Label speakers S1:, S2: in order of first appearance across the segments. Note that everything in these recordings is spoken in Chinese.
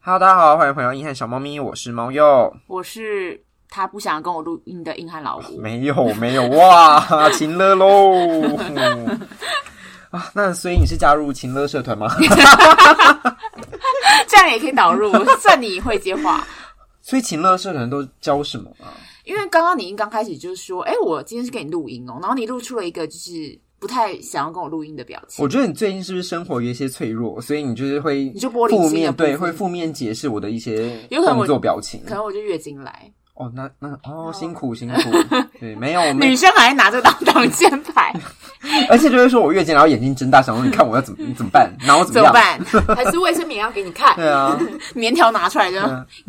S1: Hello，大家好，欢迎回到硬汉小猫咪，我是猫鼬。
S2: 我是他不想跟我录音的硬汉老 吴。
S1: 没有，没有，哇，秦乐喽！ 啊，那所以你是加入秦乐社团吗？
S2: 这样也可以导入， 算你会接话。
S1: 所以秦乐社团都教什么啊？
S2: 因为刚刚你刚开始就是说，哎、我今天是给你录音哦，然后你录出了一个就是不太想要跟我录音的表情。
S1: 我觉得你最近是不是生活有一些脆弱，所以你就是会
S2: 你就玻璃心的
S1: 负面
S2: 部分
S1: 对，会负面解释我的一些
S2: 有可能
S1: 动
S2: 我
S1: 作表情
S2: 可。能我就月经来，
S1: 哦，那那哦，辛苦辛 苦，对，没有没
S2: 女生还拿这个当挡 箭牌，
S1: 而且就会说我月经，然后眼睛睁大，想说你看我要怎么 你怎么办，然后我怎
S2: 怎
S1: 么
S2: 么
S1: 样？
S2: 办？
S3: 还是卫生棉要给你看？
S1: 对 啊，
S2: 棉条拿出来就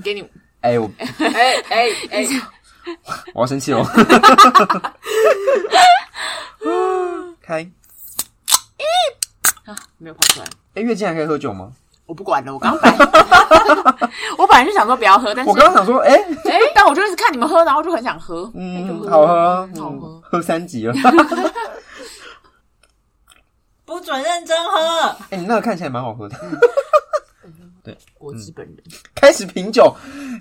S2: 给你，
S1: 哎、我
S3: 哎哎 哎，
S1: 我要生 气喽！开，
S2: 没有跑出来。
S1: 哎、月经还可以喝酒吗？
S2: 我不管了，我刚本来 我本来就想说不要喝，但是
S1: 我刚刚想说，哎、
S2: 哎、但我就是看你们喝，然后就很想喝。
S1: 嗯，好喝，
S2: 好喝
S1: 嗯喝三 级了。
S3: 不准认真喝。
S1: 哎、你那个看起来蛮好喝的。
S2: 国资本人，
S1: 开始品酒，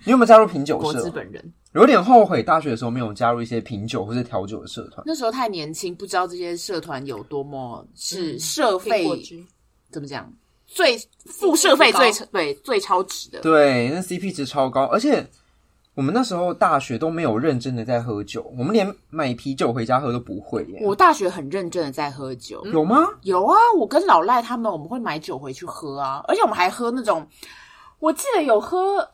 S1: 你有没有加入品酒
S2: 国资
S1: 社？
S2: 本人。
S1: 有点后悔大学的时候没有加入一些品酒或是调酒的社团。
S2: 那时候太年轻，不知道这些社团有多么是社费、怎么讲，最付社费最对最超值的。
S1: 对，那 CP 值超高，而且我们那时候大学都没有认真的在喝酒，我们连买啤酒回家喝都不会耶。
S2: 我大学很认真的在喝酒，
S1: 有吗？
S2: 有啊，我跟老赖他们我们会买酒回去喝啊，而且我们还喝那种，我记得有喝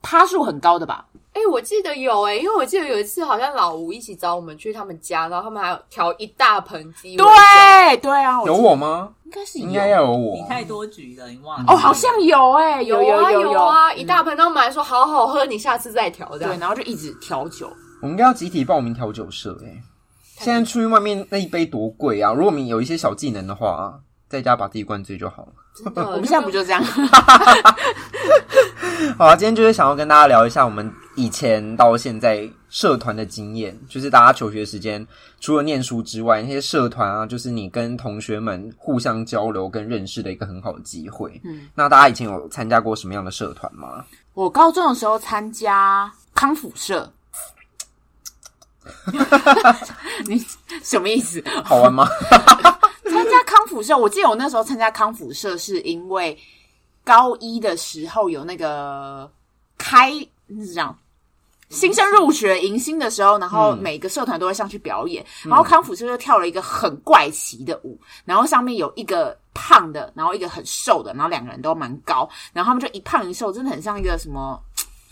S2: 趴数很高的吧，
S3: 哎、我记得有哎、因为我记得有一次好像老吴一起找我们去他们家，然后他们还有调一大盆鸡尾酒。
S2: 对对啊，
S1: 有
S2: 记
S1: 我吗？
S2: 应该是有
S1: 应该要有我。
S4: 你太多局了，你忘了
S2: 哦，好像有哎、有
S3: 有啊
S2: 有
S3: 有
S1: 嗯
S3: 啊，一大盆，然后我们还说好好喝，你下次再调这
S2: 对，
S3: 样。
S2: 然后就一直调酒，
S1: 我们应该要集体报名调酒社哎、现在出去外面那一杯多贵啊！如果我们有一些小技能的话，啊在家把自己灌醉就好了。
S3: 真的
S2: 我们现在不就这样？
S1: 好啊，今天就是想要跟大家聊一下我们以前到现在社团的经验，就是大家求学时间除了念书之外，那些社团啊，就是你跟同学们互相交流跟认识的一个很好的机会。嗯，那大家以前有参加过什么样的社团 吗？
S2: 我高中的时候参加康复社，你什么意思？
S1: 好玩吗？
S2: 参加康复社，我记得我那时候参加康复社是因为高一的时候有那个开，那是这样。新生入学迎新的时候，然后每个社团都会上去表演，然后康复社就跳了一个很怪奇的舞，然后上面有一个胖的，然后一个很瘦的，然后两个人都蛮高，然后他们就一胖一瘦，真的很像一个什么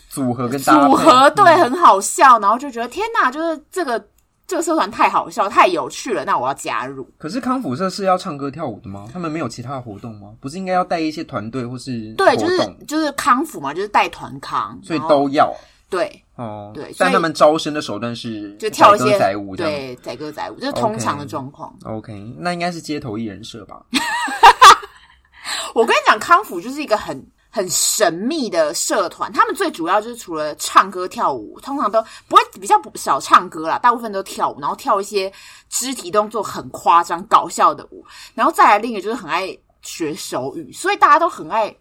S1: 组合跟搭配
S2: 组合对，
S1: 嗯
S2: 很好笑，然后就觉得天哪，就是这个这个社团太好笑，太有趣了，那我要加入。
S1: 可是康复社是要唱歌跳舞的吗？他们没有其他的活动吗？不是应该要带一些团队或是
S2: 对，
S1: 活
S2: 就
S1: 动
S2: 是就是康复嘛，就是带团康，
S1: 所以
S2: 然后
S1: 都要
S2: 对，
S1: 哦。
S2: 对所以
S1: 但他们招生的手段是
S2: 就跳一
S1: 载歌
S2: 些
S1: 载舞这样。
S2: 对载歌载舞，这是通常的状况。
S1: OK，那应该是街头艺人社吧？
S2: 我跟你讲，康复就是一个很。很神秘的社团，他们最主要就是除了唱歌跳舞，通常都不会比较不少唱歌啦，大部分都跳舞，然后跳一些肢体动作很夸张、搞笑的舞，然后再来另一个就是很爱学手语，所以大家都很爱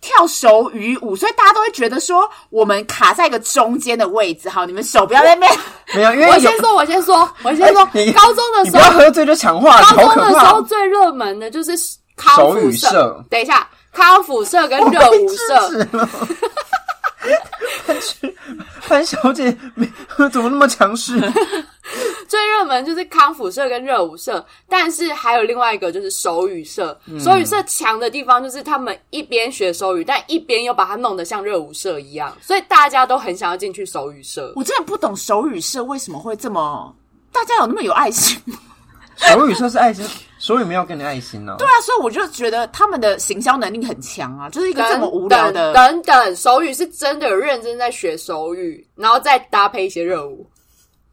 S2: 跳手语舞，所以大家都会觉得说我们卡在一个中间的位置，好，你们手不要在那边，
S1: 没有，因为
S3: 我
S1: 有
S3: 先说，我先说，我先说
S1: 你，
S3: 高中的时
S1: 你不要
S3: 候，
S1: 喝醉就抢话，
S3: 高
S1: 好
S3: 中
S1: 可
S3: 的时候
S1: 怕。哦
S3: 最热门的就是康
S1: 手
S3: 复
S1: 语社
S3: 社。等一下，康复社跟热舞社。
S1: 范小姐，没怎么那么强势？
S3: 最热门就是康复社跟热舞社，但是还有另外一个就是手语社。
S2: 嗯
S3: 手语社强的地方就是他们一边学手语，但一边又把它弄得像热舞社一样，所以大家都很想要进去手语社。
S2: 我真的不懂手语社为什么会这么，大家有那么有爱心吗？
S1: 手语社是爱心，手语没有跟你爱心呢、啊。对
S2: 对啊，所以我就觉得他们的行销能力很强啊，就是一个这么无聊的。
S3: 等等等，手语是真的有认真在学手语，然后再搭配一些热舞，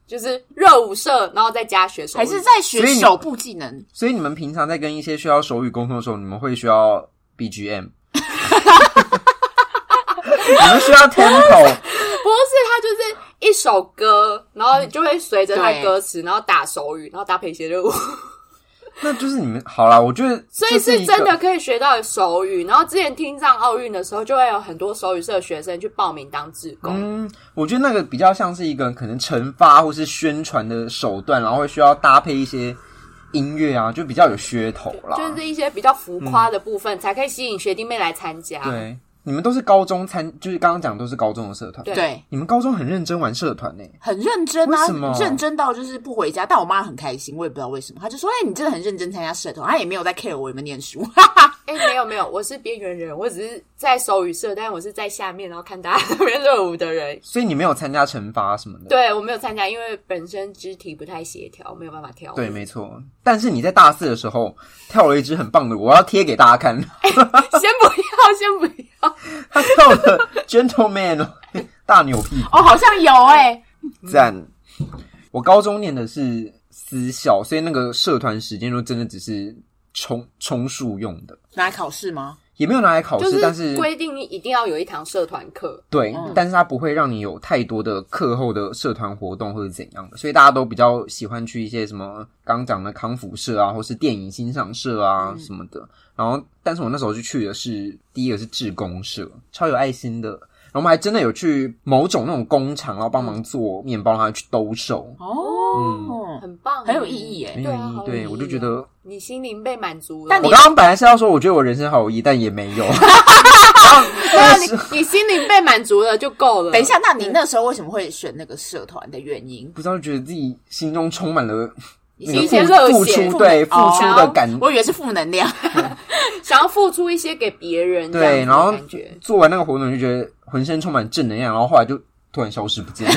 S3: 就是热舞社，然后再加学手语。
S2: 还是在学
S1: 所以你
S2: 手部技能，
S1: 所以你们平常在跟一些需要手语沟通的时候，你们会需要 BGM，你们需要 tempo，
S3: 不是，它就是一首歌，然后就会随着它
S2: 对
S3: 歌词，然后打手语，然后搭配一些热舞。
S1: 那就是你们好啦，我觉得
S3: 所
S1: 这
S3: 以
S1: 是
S3: 是
S1: 一
S3: 真
S1: 个
S3: 的可以学到手语。然后之前听障奥运的时候，就会有很多手语社的学生去报名当志工。
S1: 嗯，我觉得那个比较像是一个可能惩罚或是宣传的手段，然后会需要搭配一些音乐啊，就比较有噱头啦。
S3: 就是一些比较浮夸的部分，才可以吸引学弟妹来参加。
S1: 对，你们都是高中参，就是刚刚讲都是高中的社团，
S3: 对
S2: 对，
S1: 你们高中很认真玩社团呢、欸
S2: 很认真啊
S1: 为什么，
S2: 认真到就是不回家。但我妈很开心，我也不知道为什么，她就说：“哎、你真的很认真参加社团。”她也没有在 care 我有没有念书。
S3: 哎、没有没有，我是边缘人，我只是在手语社，但是我是在下面，然后看大家那边热舞的人。
S1: 所以你没有参加惩罚什么的。
S3: 对我没有参加，因为本身肢体不太协调，没有办法跳舞。
S1: 对，没错。但是你在大四的时候跳了一支很棒的舞，我要贴给大家 看。
S3: 先不要，先不要。
S1: 他跳了 Gentleman 哦大牛屁股
S2: 哦，好像有哎、
S1: 赞。我高中念的是私校，所以那个社团时间就真的只是充充数用的，
S2: 拿来考试吗？
S1: 也没有拿来考
S3: 就嗯
S1: 试。但是
S3: 规定一定要有一堂社团课，
S1: 对，但是它不会让你有太多的课后的社团活动或者怎样的，所以大家都比较喜欢去一些什么刚刚讲的康复社啊，或是电影欣赏社啊
S3: 嗯
S1: 什么的。然后，但是我那时候就去的是第一个是志工社，超有爱心的。然后我们还真的有去某种那种工厂，然后
S3: 嗯
S1: 帮忙做面包，然后去兜售，嗯
S2: 哦，
S3: 很棒，
S2: 很有意义哎、
S1: 很有
S3: 对啊
S1: 意义
S3: 好。有意义
S1: 对，
S3: 哦
S1: 我就觉得
S3: 你心灵被满足了。
S2: 但
S1: 我
S2: 你
S1: 刚刚本来是要说，我觉得我人生好有意义，但 也没有。
S3: 对啊，你你心灵被满足了就够了。
S2: 等一下，，那你那时候为什么会选那个社团的原因？
S1: 不知道，就觉得自己心中充满了那
S3: 一
S1: 个
S3: 些
S1: 付
S3: 热
S1: 付
S3: 血
S1: 出，对付
S2: 哦
S1: 出的感
S2: 我以为是负能量。
S3: 想要付出一些给别人，这
S1: 对，
S3: 样子的
S1: 然后
S3: 感觉
S1: 做完那个活动就觉得浑身充满正能量，然后后来就突然消失不见了，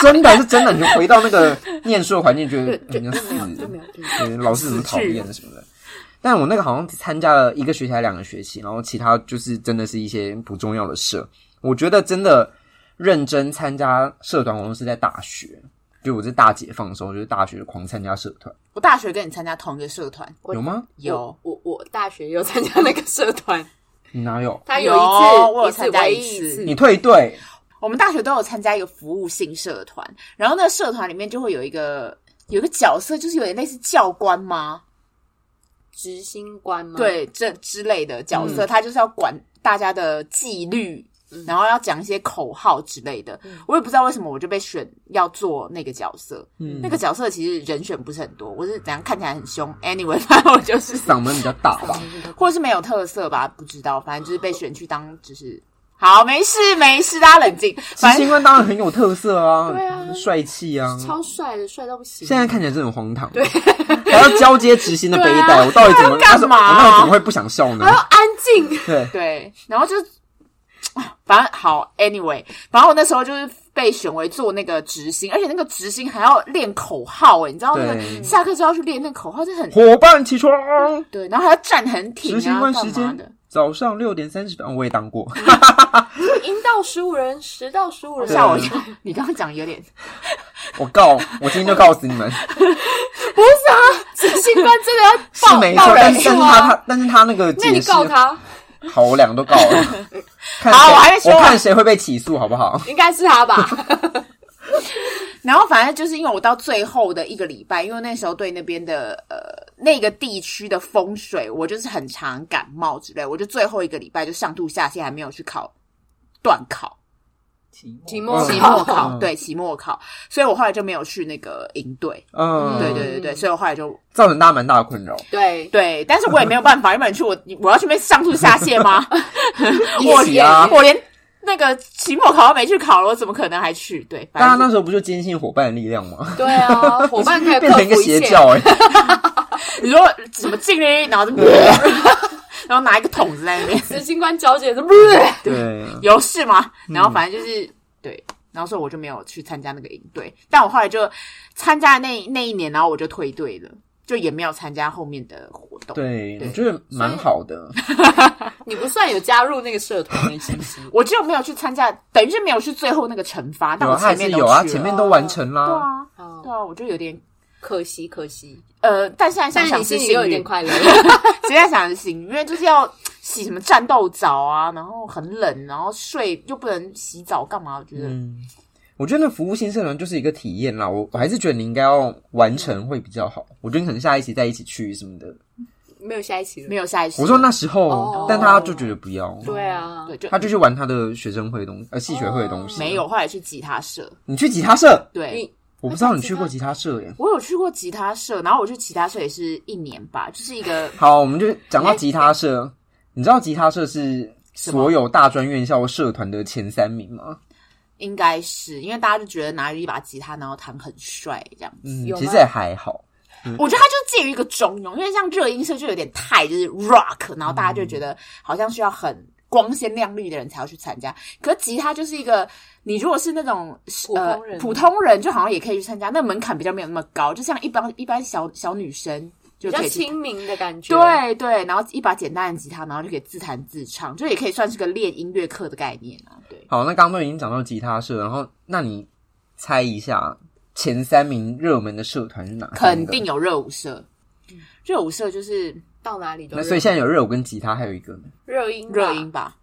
S1: 真的是真的，你就回到那个念书的环境，觉得
S3: 就
S1: 很像死
S3: 没有就没有就没有。
S1: 对老师怎么讨厌什么的。但我那个好像参加了一个学期还两个学期，然后其他就是真的是一些不重要的社。我觉得真的认真参加社团活动是在大学，就我在大解放的时候，就是大学狂参加社团，
S2: 我大学跟你参加同一个社团，
S3: 我
S1: 有吗？
S2: 有
S3: 我我我大学有参加那个社团，
S1: 你哪有？
S3: 他
S2: 有
S3: 一
S2: 我有
S3: 次，一次
S2: 参加
S3: 唯
S2: 一
S3: 一
S2: 次
S1: 你退队，
S2: 我们大学都有参加一个服务性社团，然后那个社团里面就会有一个有一个角色，就是有点类似教官吗？
S3: 执行官吗？，
S2: 对，这之类的角色，他就是要管大家的纪律，然后要讲一些口号之类的。我也不知道为什么我就被选要做那个角色。那个角色其实人选不是很多，我是怎样看起来很凶，anyway，反 正我就是，
S1: 嗓门比较大 吧？
S2: 或者是没有特色吧，不知道，反正就是被选去当，就是好，没事没事，大家冷静，
S1: 执
S2: 反正
S1: 行官当然很有特色啊，
S3: 对啊
S1: 帅气啊。
S3: 超帅的，帅到不行。
S1: 现在看起来真的很荒唐，对，还要交接执行的背带，
S3: 对啊
S1: 我到底 怎么
S2: 干嘛
S1: 我到底怎么会不想笑呢
S3: 还？要安静，
S1: 对，
S2: 对，然后就啊反正好，anyway，反正我那时候就是被选为做那个执行，而且那个执行还要练口号、哎，你知道那
S1: 对
S2: 个下课就要去练那个口号，就很
S1: 伙伴起床，
S2: 对，然后还要站很挺
S1: 执行
S2: 啊，
S1: 官
S2: 干
S1: 时
S2: 嘛的
S1: 间。早上六点三十分，哦我也当过，
S3: 一到十五人，十到十五人，
S2: 吓我一跳！你刚刚讲有点，
S1: 我告，我今天就告诉 你们，
S3: 不是啊，执行官真的要
S1: 是
S3: 报
S1: 没错
S3: 报，
S1: 但
S3: 人数
S1: 是但是他
S3: 啊。
S1: 他但是他那个
S3: 那
S1: 解
S3: 你
S1: 释，
S3: 告他，
S1: 好，我两个都告 了，看
S2: 好
S1: 谁
S2: 我还没说完
S1: 我看谁会被起诉，好不好？
S3: 应该是他吧？
S2: 然后反正就是因为我到最后的一个礼拜，因为那时候对那边的呃那个地区的风水，我就是很常感冒之类，我就最后一个礼拜就上吐下泻，还没有去考段考。
S3: 期末
S2: 期末考，
S1: 嗯
S2: 对期末考，所以我后来就没有去那个营队。
S1: 嗯，
S2: 对对对对，所以我后来就
S1: 造成大家蛮大的困扰，
S3: 对，
S2: 对，但是我也没有办法，原本去我我要去被上吐下泻 吗？我
S1: 一起啊
S2: 连我连那个期末考都没去考了，我怎么可能还去？对，
S1: 大家
S2: 反正
S1: 那时候不就坚信伙伴的力量吗？
S3: 对啊，伙伴
S2: 呃
S3: 可以
S1: 变
S3: 克
S1: 成一个
S3: 服
S1: 邪
S3: 一切。
S1: 教哎。
S2: 就你说什么尽力，然后
S1: 嗯
S2: 就 然后拿一个桶子在那边，
S3: 执行官小姐，不
S1: 对，
S2: 有事吗？
S1: 嗯
S2: 然后反正就是、对，然后所以我就没有去参加那个营队，但我后来就参加那那一年，然后我就退队了，就也没有参加后面的活动。
S1: 对，
S2: 对
S1: 我觉得蛮好的。
S3: 你不算有加入那个社团的信 息。
S2: 我只有没有去参加，等于是没有去最后那个惩罚，但
S1: 有
S2: 我
S1: 啊，他还
S2: 前
S1: 是
S2: 面都去
S1: 有
S2: 了。
S1: 啊，前面都完成
S2: 对
S1: 啦。
S2: 啊，对
S3: 哦，
S2: 啊，我就有点
S3: 可惜可惜，
S2: 呃，但现在想
S3: 但是
S2: 想
S3: 你心
S2: 是
S3: 里
S2: 幸
S3: 又有点
S2: 运，
S3: 快乐。
S2: 现在想是幸运，因为就是要洗什么战斗澡啊，然后很冷，然后睡又不能洗澡，干嘛？我觉得、
S1: 嗯，我觉得那服务性社团就是一个体验啦，我我还是觉得你应该要完成会比较好。我觉得你可能下一期再一起去什么的。
S3: 没有下一期了。
S2: 没有下一期。
S1: 我说那时候，
S3: 哦
S1: 但他就觉得不要，
S3: 对啊，哦
S2: 对，就嗯
S1: 他就去玩他的学生会的东西，呃，系学会的东西。
S2: 没有，后来去吉他社。
S1: 你去吉他社，
S2: 对，
S3: 你
S1: 我不知道你去过吉他社耶。
S2: 我有去过吉他社，然后我去吉他社也是一年吧，就是 一个
S1: 好，我们就讲到吉他
S3: 哎
S1: 社。你知道吉他社是所有大专院校社团的前三名吗？
S2: 应该是因为大家就觉得拿着一把吉他，然后弹很帅这样子。
S1: 嗯，
S3: 有吗
S1: 其实也还好。
S2: 我觉得它就介于一个中庸，因为像热音社就有点太就是 rock，然后大家就觉得好像需要很光鲜亮丽的人才要去参加。可吉他就是一个，你如果是那种
S3: 普
S2: 呃
S3: 通人
S2: 普通人，就好像也可以去参加，那门槛比较没有那么高，就像一般一般小小女生就
S3: 比
S2: 可
S3: 较
S2: 以去
S3: 亲民的感觉。
S2: 对对，然后一把简单的吉他，然后就可以自弹自唱，就也可以算是个练音乐课的概念啊。对，
S1: 好，那刚刚都已经讲到吉他社，然后那你猜一下前三名热门的社团是哪？
S2: 肯定。有热舞社，
S3: 嗯
S2: 热舞社就是
S3: 到哪里都
S1: 那
S3: 热
S1: 所以现在有热舞跟吉他，还有一个呢。
S3: 热音吧
S2: 热音，吧。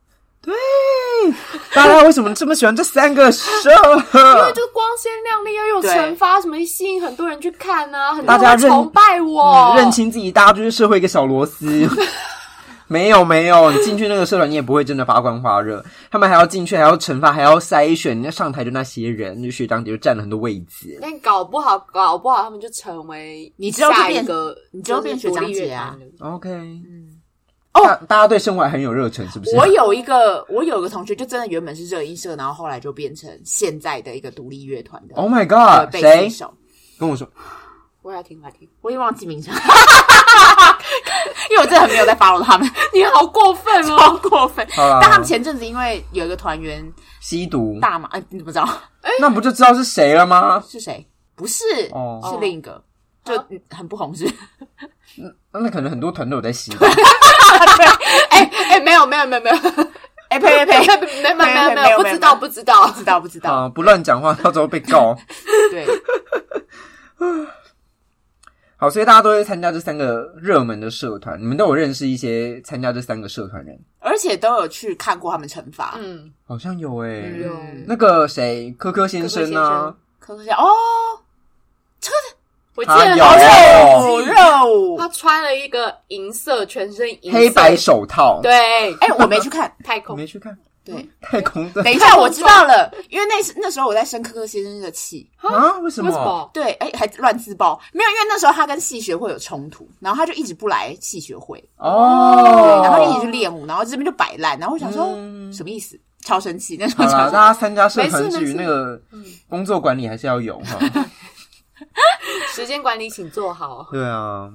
S1: 大家为什么这么喜欢这三个社？
S3: 因为就是光鲜亮丽，要有
S2: 对
S3: 惩罚，什么吸引很多人去看啊，很多
S1: 大家
S3: 人
S1: 认嗯
S3: 崇拜我，
S1: 认清自己，大家就是社会一个小螺丝。 没有没有，你进去那个社团，你也不会真的发光发热。他们还要进去，还要惩罚，还要筛选。人家上台就那些人，就学长姐就占了很多位置。
S3: 但搞不好，搞不好他们就成为
S2: 你之后就
S3: 下一
S2: 变
S3: 个，
S2: 你之后变
S3: 就是
S2: 学长
S3: 独立乐
S2: 姐啊
S3: 团的
S1: OK，
S2: 哦
S1: 大大家对生活还很有热忱，是不啊是？
S2: 我有一个，我有一个同学，就真的原本是热音社，然后后来就变成现在的一个独立乐团的
S1: Oh my
S2: 呃
S1: God，
S2: 贝斯
S1: 谁
S2: 手，
S1: 跟我说？
S3: 我要听，我要听。
S2: 我也忘记名字， 因为我真的很没有在 follow 他们，
S3: 你好过分
S2: 好
S3: 哦！
S2: 过分。
S1: 好啦
S2: 但他们前阵子因为有一个团员
S1: 吸毒，
S2: 大麻，哎，你怎么知道
S1: 那不就知道是谁了吗？
S2: 是谁？不是，
S1: 哦
S2: 是另一个，就嗯很不红是不是。
S1: 那可能很多团都有在吸。
S3: 哎 哎，没有没有没 有没有
S2: 哎，呸呸呸，
S3: 没 有没有没有，不知道不知道
S2: 不。知道不知道，
S1: 啊，不乱讲话，到时候被告。
S2: 对，
S1: 好，所以大家都会参加这三个热门的社团。你们都有认识一些参加这三个社团人？
S2: 而且都有去看过他们惩罚。
S3: 嗯，
S1: 好像有诶、
S2: 嗯
S3: 有
S1: 那个谁，科科先生啊，
S2: 可是哦，
S3: 我记
S1: 他
S3: 得
S1: 有
S3: 好像
S2: 哦热舞，
S3: 他穿了一个银色，全身银色
S1: 黑白手套，，
S3: 对，
S2: 哎，我没去看。
S3: 太
S1: 你
S3: 空
S1: 没去看
S2: 对，
S1: 太空的
S2: 等一下，我知道了，因为那时那时候我在生科科先生的气，
S1: 啊？为什
S3: 为什
S1: 么？
S3: 么？
S2: 对，哎，还乱自爆，没有，因为那时候他跟戏学会有冲突，然后他就一直不来戏学会，对，
S1: 哦，
S2: 然后一直去练舞，然后这边就摆烂，然后我想说
S1: 嗯
S2: 什么意思？超生气，那时
S1: 好
S2: 候
S1: 啦，
S2: 超生气
S1: 大家参加社团
S3: 没事
S1: 至于
S3: 没
S1: 那
S3: 事
S1: 个工作管理还是要有哈。
S3: 时间管理请做好。
S1: 对啊，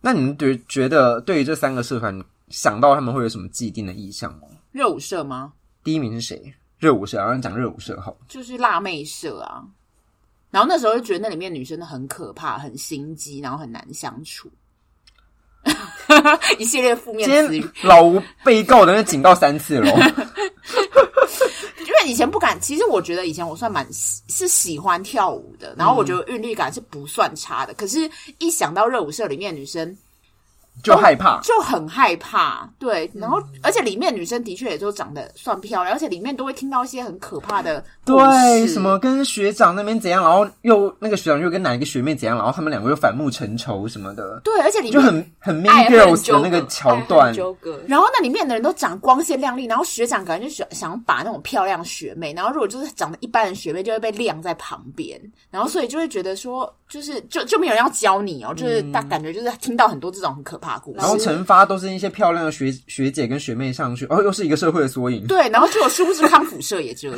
S1: 那你们觉觉得对于这三个社团，想到他们会有什么既定的意向吗？
S2: 热舞社吗？
S1: 第一名是谁？热舞社，然后讲热舞社好了。
S2: 就是辣妹社啊。然后那时候就觉得那里面女生都很可怕、很心机，然后很难相处， 一系列负面
S1: 今
S2: 词
S1: 天
S2: 语。
S1: 老吴被告的那警告三 次了哦，
S2: 因为以前不敢，其实我觉得以前我算蛮喜是喜欢跳舞的，然后
S1: 嗯
S2: 我觉得韵律感是不算差的。可是，一想到热舞社里面的女生
S1: 就害怕。
S2: 就很害怕，对。
S1: 嗯
S2: 然后，而且里面女生的确也都长得算漂亮，而且里面都会听到一些很可怕的故
S1: 对，
S2: 事
S1: 什么跟学长那边怎样，然后又那个学长又跟哪一个学妹怎样，然后他们两个又反目成仇什么的，
S2: 对，而且里面
S1: 就很很 mean
S3: 爱恨
S1: girls
S3: 纠
S1: 的
S3: 葛，
S1: 那个桥
S3: 爱
S1: 段
S3: 恨。纠葛，
S2: 然后那里面的人都长光鲜亮丽，然后学长感觉就想想把那种漂亮学妹，然后如果就是长得一般的学妹就会被晾在旁边，然后所以就会觉得说，就是就就没有人要教你哦，就是大感觉就是听到很多这种很可怕的故
S1: 然后
S2: 事。
S1: 惩罚都是一些漂亮的学学姐跟学妹上去，哦，又是一个社会的缩影。
S2: 对，然后结果殊不知康复社也这样。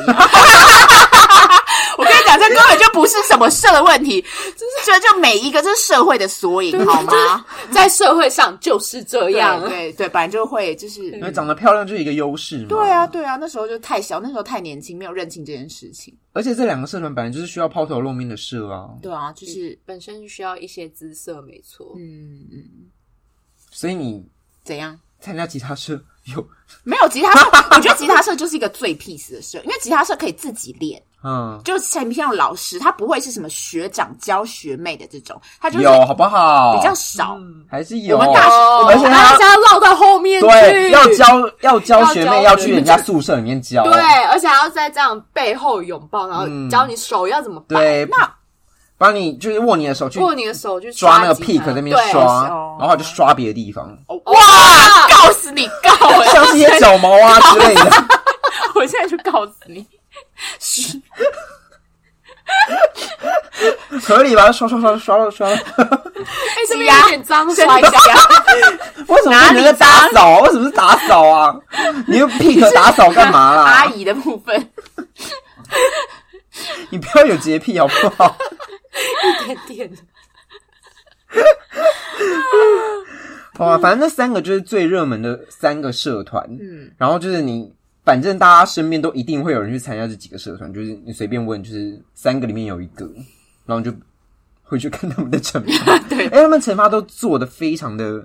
S2: 我跟你讲，这根本就不是什么社的问题，就是这就每一个这是社会的缩影，好吗？
S3: 在社会上就是这
S2: 对
S3: 样。
S2: 对对，本来就会就是
S1: 因为长得漂亮就是一个优势嘛。
S2: 对啊，对啊，那时候就太小，那时候太年轻，没有认清这件事情。
S1: 而且这两个社团本来就是需要抛头露面的社啊，
S2: 对啊，就是
S3: 本身需要一些姿色，没错。
S2: 嗯，嗯，
S1: 所以你
S2: 怎样？
S1: 参加吉他社有
S2: 没有吉他社，我觉得吉他社就是一个最 peace 的社，因为吉他社可以自己练，
S1: 嗯，
S2: 就前面有老师，他不会是什么学长教学妹的这种，他就是
S1: 有好不好？
S2: 比较少。
S4: 嗯
S1: 还是有，
S2: 我们大学
S3: 哦，
S1: 而且他
S3: 而且要绕到后面去，
S1: 对，要教要教学妹
S3: 要教
S1: 要去人家宿舍里面教，
S3: 对，而且还要在这样背后拥抱，然后
S1: 嗯
S3: 教你手要怎么摆，
S1: 对，
S2: 哎那
S1: 帮你就是握你的手去
S3: 握你的手去
S1: 抓那个
S3: 几下
S1: pick 在那边
S3: 对
S1: 刷
S2: 哦，
S1: 然后就刷别的地方，
S2: 哦
S3: 哇
S2: 哇，告死你，告我！
S1: 像是一些脚毛啊之类的。
S2: 我现在就告死你。是
S1: 合理吧？刷刷刷刷了 刷了，
S3: 哎，这边有点 脏，刷一下。
S1: 为什么不能在打扫？为什么是打扫啊？你用 pick 打扫干嘛啊
S2: 阿
S1: 啦？
S2: 姨的部分，
S1: 你不要有洁癖好不好？
S3: 点 点。
S1: 好吧，反正那三个就是最热门的三个社团，
S2: 嗯，
S1: 然后就是你。反正大家身边都一定会有人去参加这几个社团，就是你随便问，就是三个里面有一个，然后你就会去看他们的惩罚。
S2: 对
S1: 哎、他们惩罚都做的非常的，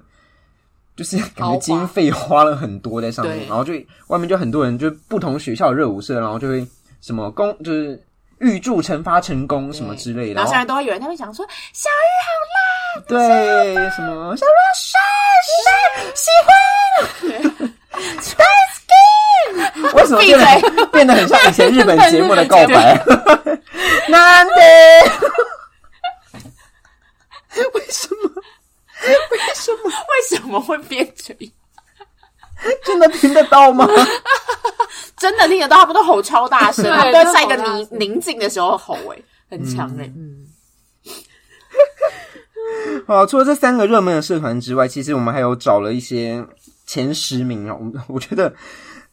S1: 就是感
S3: 豪华
S1: 觉经费花了很多在上面
S2: 对，
S1: 然后就外面就很多人，就是不同学校的热舞社，然后就会什么公就是预祝惩罚成功什么之类的，
S2: 然
S1: 然
S2: 后
S1: 后
S2: 现在都会有人他会讲说，小
S1: 对什么像 为什么变得变得很像以前日本节目的告 白？难得，为什么
S2: 为什么为什么会变成
S1: 真的听得到吗？
S2: 真的听得到，他们都吼超大声，
S3: 对
S2: 他们都在一个
S3: 都吼大
S2: 宁
S3: 声
S2: 宁静的时候吼、哎，很强哎、嗯，
S1: 好，除了这三个热门的社团之外，其实我们还有找了一些前十名啊。我们我觉得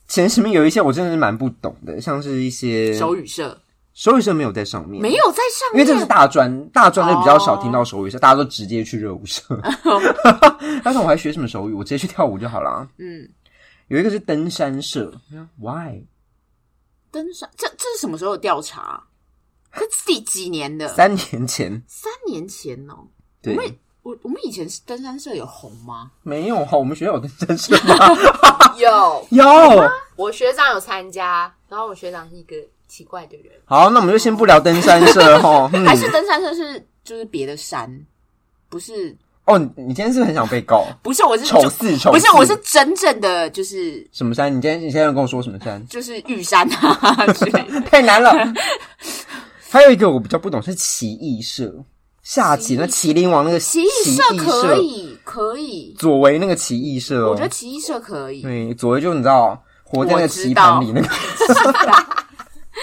S1: 前十名有一些我真的是蛮不懂的，像是一些
S2: 手语社
S1: 手语社没有在上面，
S2: 嗯没。有在上
S1: 因为
S2: 面，
S1: 这个是大专，大专就比较少
S2: 哦
S1: 听到手语社，大家都直接去热舞社。 但是我还学什么手语？我直接去跳舞就好了啊。
S2: 嗯，
S1: 有一个是登山社，Why？
S2: 登山这这是什么时候的调查？这是第几年的？
S1: 三年前，
S2: 三年前哦，
S1: 对，
S2: 我我们以前是登山社有红吗？
S1: 没有哈，我们学校有登山社吗？
S3: 有，
S1: 有。
S3: 我学长有参加，然后我学长是一个奇怪的人，
S1: 好，那我们就先不聊登山社哈。嗯
S2: 还是登山社是就是别的山？不是
S1: 哦，你你今天是不是很想被告？
S2: 不是，我是
S1: 丑
S2: 就
S1: 四丑
S2: 不
S1: 四
S2: 是，我是真正的就是？
S1: 什么山？你今天你现在要跟我说什么山
S2: 就是玉山啊 之类的。
S1: 太难 了。还有一个我比较不懂是奇异社，下棋那麒麟王那个
S2: 奇异社可，以可以，
S1: 左为那个奇异社哦。
S2: 我觉得奇异社可以。
S1: 对，左为就你知道活在那个
S2: 我知
S1: 棋盘
S2: 道
S1: 里那个，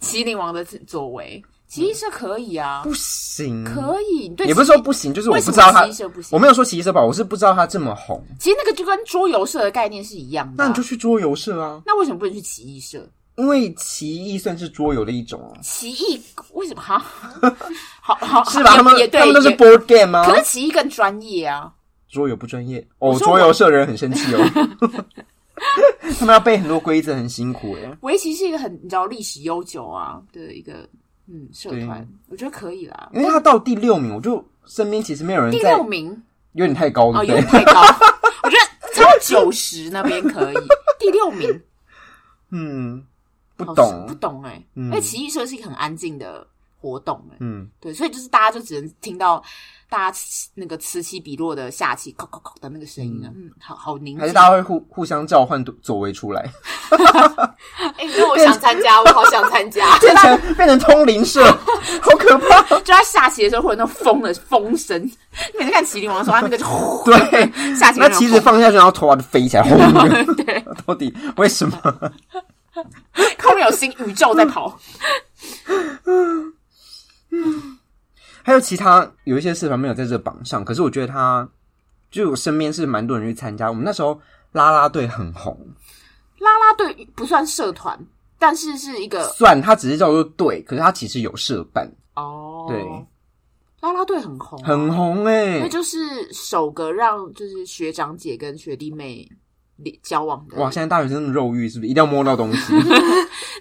S2: 麒麟王的作为，奇异社可以啊，
S1: 不行，
S2: 可以。你对
S1: 也不是
S2: 奇异
S1: 说不行，就是我
S2: 为
S1: 不
S2: 什
S1: 知道
S2: 么
S1: 他
S2: 奇异，社不行？
S1: 我没有说奇异社吧，我是不知道他这么红。
S2: 其实那个就跟桌游社的概念是一样的啊、
S1: 那你就去桌游社啊，
S2: 那为什么不能去奇异社？
S1: 因为棋艺算是桌游的一种啊，
S2: 奇异为什么 哈？好好
S1: 是吧？
S2: 也
S1: 他们
S2: 啊也对，
S1: 他们都是啊
S2: 也
S1: board game 吗？
S2: 可是奇异更专业啊。
S1: 桌游不专业哦，
S2: 说我
S1: 桌游社的人很生气 哦，他们要背很多规则，很辛苦哎。
S2: 围棋是一个很你知道历史悠久啊的一个嗯社团，我觉得可以啦。
S1: 因为他到第六名，我就身边其实没有人
S2: 第
S1: 在
S2: 六，名
S1: 有点太高，
S2: 哦，
S1: 对
S2: 有
S1: 不
S2: 点
S1: 对？
S2: 太高， 我觉得超九十那边 可以。第六名
S1: 嗯，不
S2: 好像
S1: 懂
S2: 不，懂哎、
S1: 嗯
S2: 因为奇异社是一个很安静的活动哎、
S1: 嗯，
S2: 对，所以就是大家就只能听到大家此那个此起彼落的下棋，扣扣扣的那个声音啊，嗯，好好宁
S1: 还是
S2: 静。
S1: 大家会互 互相召唤左为出来，。
S3: 哎，你说我想参 加，我好想参加
S1: 变成变成通灵 社，好可怕。
S2: 就在下棋的时候会有那种风的风声，你每次看《麒麟王》的时候，他那个就呼
S1: 对，
S2: 下棋
S1: 那
S2: 的
S1: 棋
S2: 时
S1: 子
S2: 候
S1: 放下去，然后头发就飞起 来，轰！
S2: 对，
S1: 到底为什么？
S2: 后面有新宇宙在
S1: 嗯
S2: 跑。
S1: 还有其他有一些社团没有在这榜上，可是我觉得他就我身边是蛮多人去参加。我们那时候啦啦队很红，
S2: 啦啦队不算社团，但是是一个
S1: 算它只是叫做队，可是它其实有社办，
S2: 哦，
S1: 对，
S2: 啦啦队很红啊，
S1: 很红哎、
S2: 因为就是首个让就是学长姐跟学弟妹交往的。
S1: 哇，现在大学生的肉欲是不是一定要摸到东 西？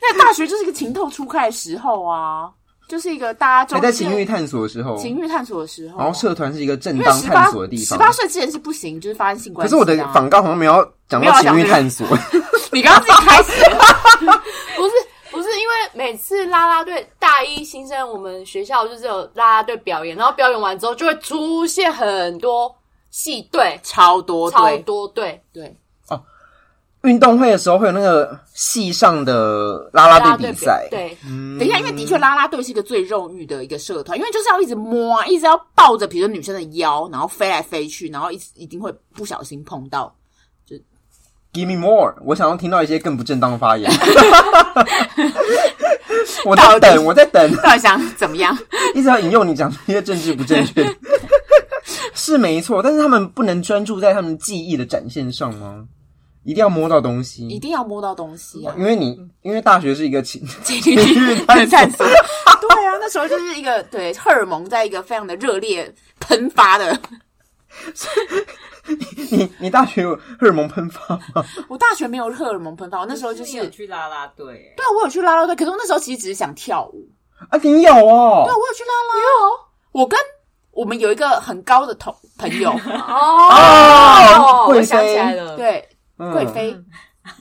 S2: 那大学就是一个情窦初开的时候啊，就是一个大家
S1: 还
S2: 中
S1: 在
S2: 间
S1: 情欲探索的时候，
S2: 情欲探索的时候啊，
S1: 然后社团是一个正
S2: 因为
S1: 当
S2: 十八
S1: 探索的地
S2: 十
S1: 方。
S2: 八岁之前是不行，就是发生性关
S1: 可 是
S2: 系、啊。
S1: 我的访告好像没有要讲
S2: 没有
S1: 到
S2: 要
S1: 情
S2: 讲
S1: 欲
S2: 这个
S1: 探索，
S2: 你刚刚自己开始，
S3: 不是不是，因为每次啦啦队大一新生，我们学校就是有啦啦队表演，然后表演完之后就会出现很多戏队，
S2: 超多
S3: 超
S2: 对
S3: 多队，
S2: 对，
S1: 运动会的时候会有那个系上的啦
S3: 啦
S1: 啦
S3: 啦
S1: 队
S3: 队
S1: 比赛，
S3: 对，
S2: 等一下，因为的确啦啦队是一个最肉欲的一个社团，因为就是要一直摸啊，一直要抱着，比如说女生的腰，然后飞来飞去，然后一直一定会不小心碰到。
S1: Give me more！我想要听到一些更不正当的发 言。我在
S2: 到底
S1: 等，我在等，
S2: 到底想怎么样？
S1: 一直要引诱你讲一些政治不正 确。是没错，但是他们不能专注在他们记忆的展现上吗？一定要摸到东
S2: 一
S1: 西，
S2: 定要摸到东西 啊！
S1: 因为你因为大学是一个情，
S2: 情侣探索， 对啊，那时候就是一个对荷尔蒙在一个非常的热烈喷发的。
S1: 你你大学有荷尔蒙喷发吗？
S2: 我大学没有荷尔蒙喷发，我那时候就是
S4: 有
S2: 对
S4: 去啦啦队，
S2: 啊，我有去啦啦队，可是我那时候其实只是想跳舞。
S1: 啊，你有哦
S2: 对，，我有去啦啦，有。我跟我们有一个很高的同朋友，
S1: 哦
S3: 哦，
S1: 贵
S3: 我想起
S1: 妃
S3: 来了，
S2: 对，
S1: 嗯
S2: 贵妃。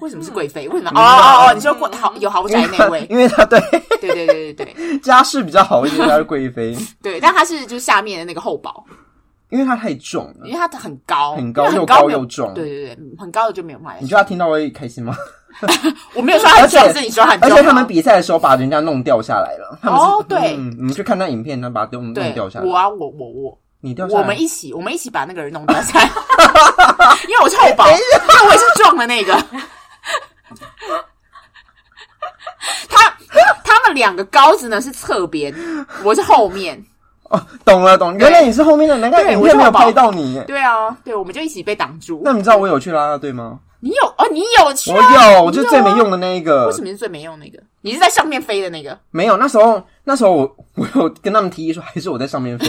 S2: 为什么是贵妃？为什么？哦哦哦，你说过豪有豪
S1: 因
S2: 宅
S1: 为
S2: 那
S1: 他
S2: 位？
S1: 因为他对
S2: 对对对对对
S1: 家世比较好一些，他是贵 妃，
S2: 对，但他是就是下面的那个后宝，
S1: 因为他太重了
S2: 因为。他很高，
S1: 很高
S2: 因为
S1: 又
S2: 很
S1: 高
S2: 没有
S1: 又重
S2: 对对对，嗯很高的就没有办法。
S1: 你觉得他听到会开心吗？
S2: 我没有说他
S1: 而且
S2: 重，是你说他很重
S1: 而
S2: 吗，
S1: 且他们比赛的时候把人家弄掉下来了。他们是
S2: 哦对
S1: 嗯，你们去看那影片，他把弄弄
S2: 对
S1: 掉下来。
S2: 我啊，我我我，
S1: 你掉下来，
S2: 我们一起，我们一起把那个人弄掉 下来，因为我是后宝，因为我也是撞的那个。他他们两个高子呢是侧边，我是后面。
S1: 哦，懂了懂了，原来你是后面的，难怪
S2: 对
S1: 影
S2: 我
S1: 片
S2: 是
S1: 没有
S2: 后
S1: 拍
S2: 保
S1: 到你耶。
S2: 对啊，对，我们就一起被挡住。
S1: 那你知道我有去啦啦队吗？
S2: 你有哦，你有去、
S1: 我
S2: 啊？
S1: 有，我
S2: 你
S1: 就是最没
S2: 啊
S1: 用的那一个
S2: 为什。么是最没用那个？你是在上面飞的那个？
S1: 没有，那时候那时候我我有跟他们提议说，还是我在上面 飞，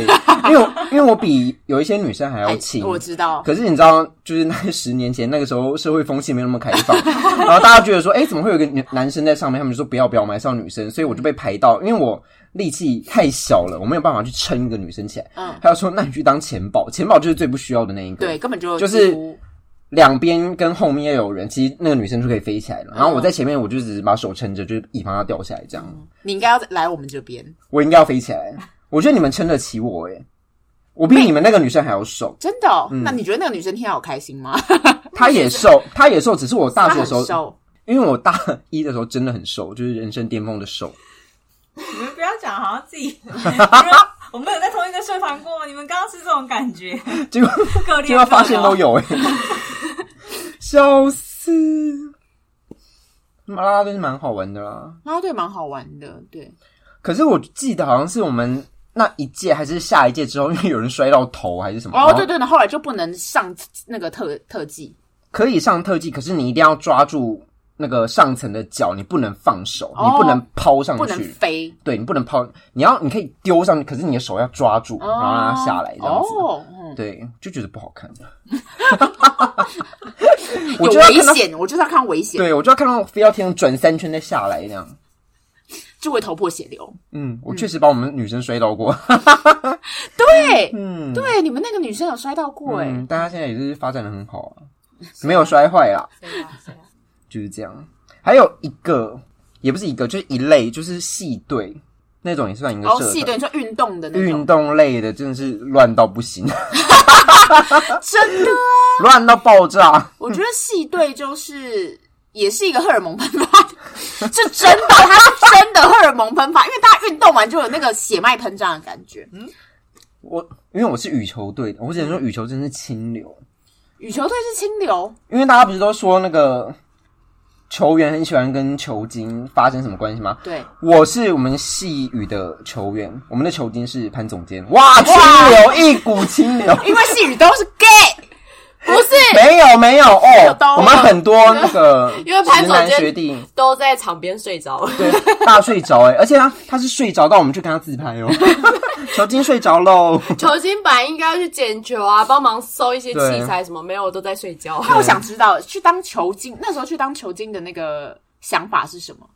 S1: 因为我因为我比有一些女生还要
S2: 哎
S1: 轻。
S2: 我知道，
S1: 可是你知道，就是那十年前那个时候，社会风气没有那么开 放，然后大家觉得说，哎、怎么会有一个女男生在上面？他们就说不要不要，我们还是要女生，
S2: 嗯
S1: 所以我就被排到，因为我力气太小了，我没有办法去撑一个女生起来。
S2: 嗯，
S1: 还有说，那你去当钱宝，钱宝就是最不需要的那一个。
S2: 对，，根本就
S1: 就是两边跟后面要有人，其实那个女生就可以飞起来了。
S2: 嗯
S1: 然后我在前面，我就只是把手撑着，就是以防她掉下来。这样，
S2: 你应该要来我们这边，
S1: 我应该要飞起来。我觉得你们撑得起我、诶我比你们那个女生还要瘦，
S2: 真的哦、
S1: 嗯
S2: 那你觉得那个女生听到有开心吗？
S1: 她 也瘦，她也瘦，只是我大学的时候
S2: 她很，瘦
S1: 因为我大一的时候真的很瘦，就是人生巅峰的 瘦。
S4: 你们不要讲，好像自己，你们我们有在同一个社团过，你们刚刚是这种感觉，
S1: 结果
S4: 各
S1: 结
S4: 练
S1: 果
S4: 各
S1: 发现
S4: 的
S1: 都有哎、笑死！啦啦队是蛮好玩的啦，
S2: 然啊后对，蛮好玩的，对，
S1: 可是我记得好像是我们那一届还是下一届之后，因为有人摔到头还是什么，然
S2: 哦，
S1: 后
S2: 对对对，后来就不能上那个特特技，
S1: 可以上特技，可是你一定要抓住那个上层的脚，你不能放手，
S2: 哦
S1: 你不能抛上
S2: 不能
S1: 去，
S2: 飞，
S1: 对你不能抛，你要你可以丢上去，可是你的手要抓住，然后让它下来这样子。
S2: 哦，嗯
S1: 对，就觉得不好看。我
S2: 有
S1: 就要看到
S2: 危，险，我就是要看危险，
S1: 对我就要看到飞到天上转三圈再下来那样。
S2: 就会头破血流。
S1: 嗯，我确实把我们女生摔到过。
S2: 对、
S1: 嗯，
S2: 对，你们那个女生有摔到过哎、
S1: 嗯，大家现在也是发展的很好啊，没有摔坏啦，
S4: 谁啊谁啊
S1: 就是这样。还有一个，也不是一个，就是一类，就是系队那种，也算一个
S2: 然后
S1: 社
S2: 戏
S1: 团。
S2: 对，你说运动的哦那
S1: 运
S2: 种，
S1: 动类的真的是乱到不行，
S2: 真的。
S1: 乱到爆炸。
S2: 我觉得戏队就是也是一个荷尔蒙喷发，是真的，它是真的荷尔蒙喷发，因为大家运动完就有那个血脉喷张的感觉。
S1: 我因为我是羽球队的，我只能说羽球真是清流。
S2: 羽球队是清流，
S1: 因为大家不是都说那个球员很喜欢跟球精发生什么关系吗？
S2: 对，
S1: 我是我们系羽的球员，我们的球精是潘总监。哇，清流一股清流，
S2: 因为戏女都是 gay，
S3: 不是
S1: 没有没有哦
S2: 都，
S1: 我们很多那个
S3: 啊 因为潘
S1: 直
S3: 总监
S1: 男学弟
S3: 都在场边睡着了。
S1: 对大睡着哎、而且他他是睡着到我们去跟他自拍 哦，球精睡着喽。
S3: 球星版应该要去捡球啊，帮忙收一些
S1: 对
S3: 器材什么，没有我都在睡觉。
S1: 嗯
S2: 那我想知道去当球精，那时候去当球精的那个想法是什么？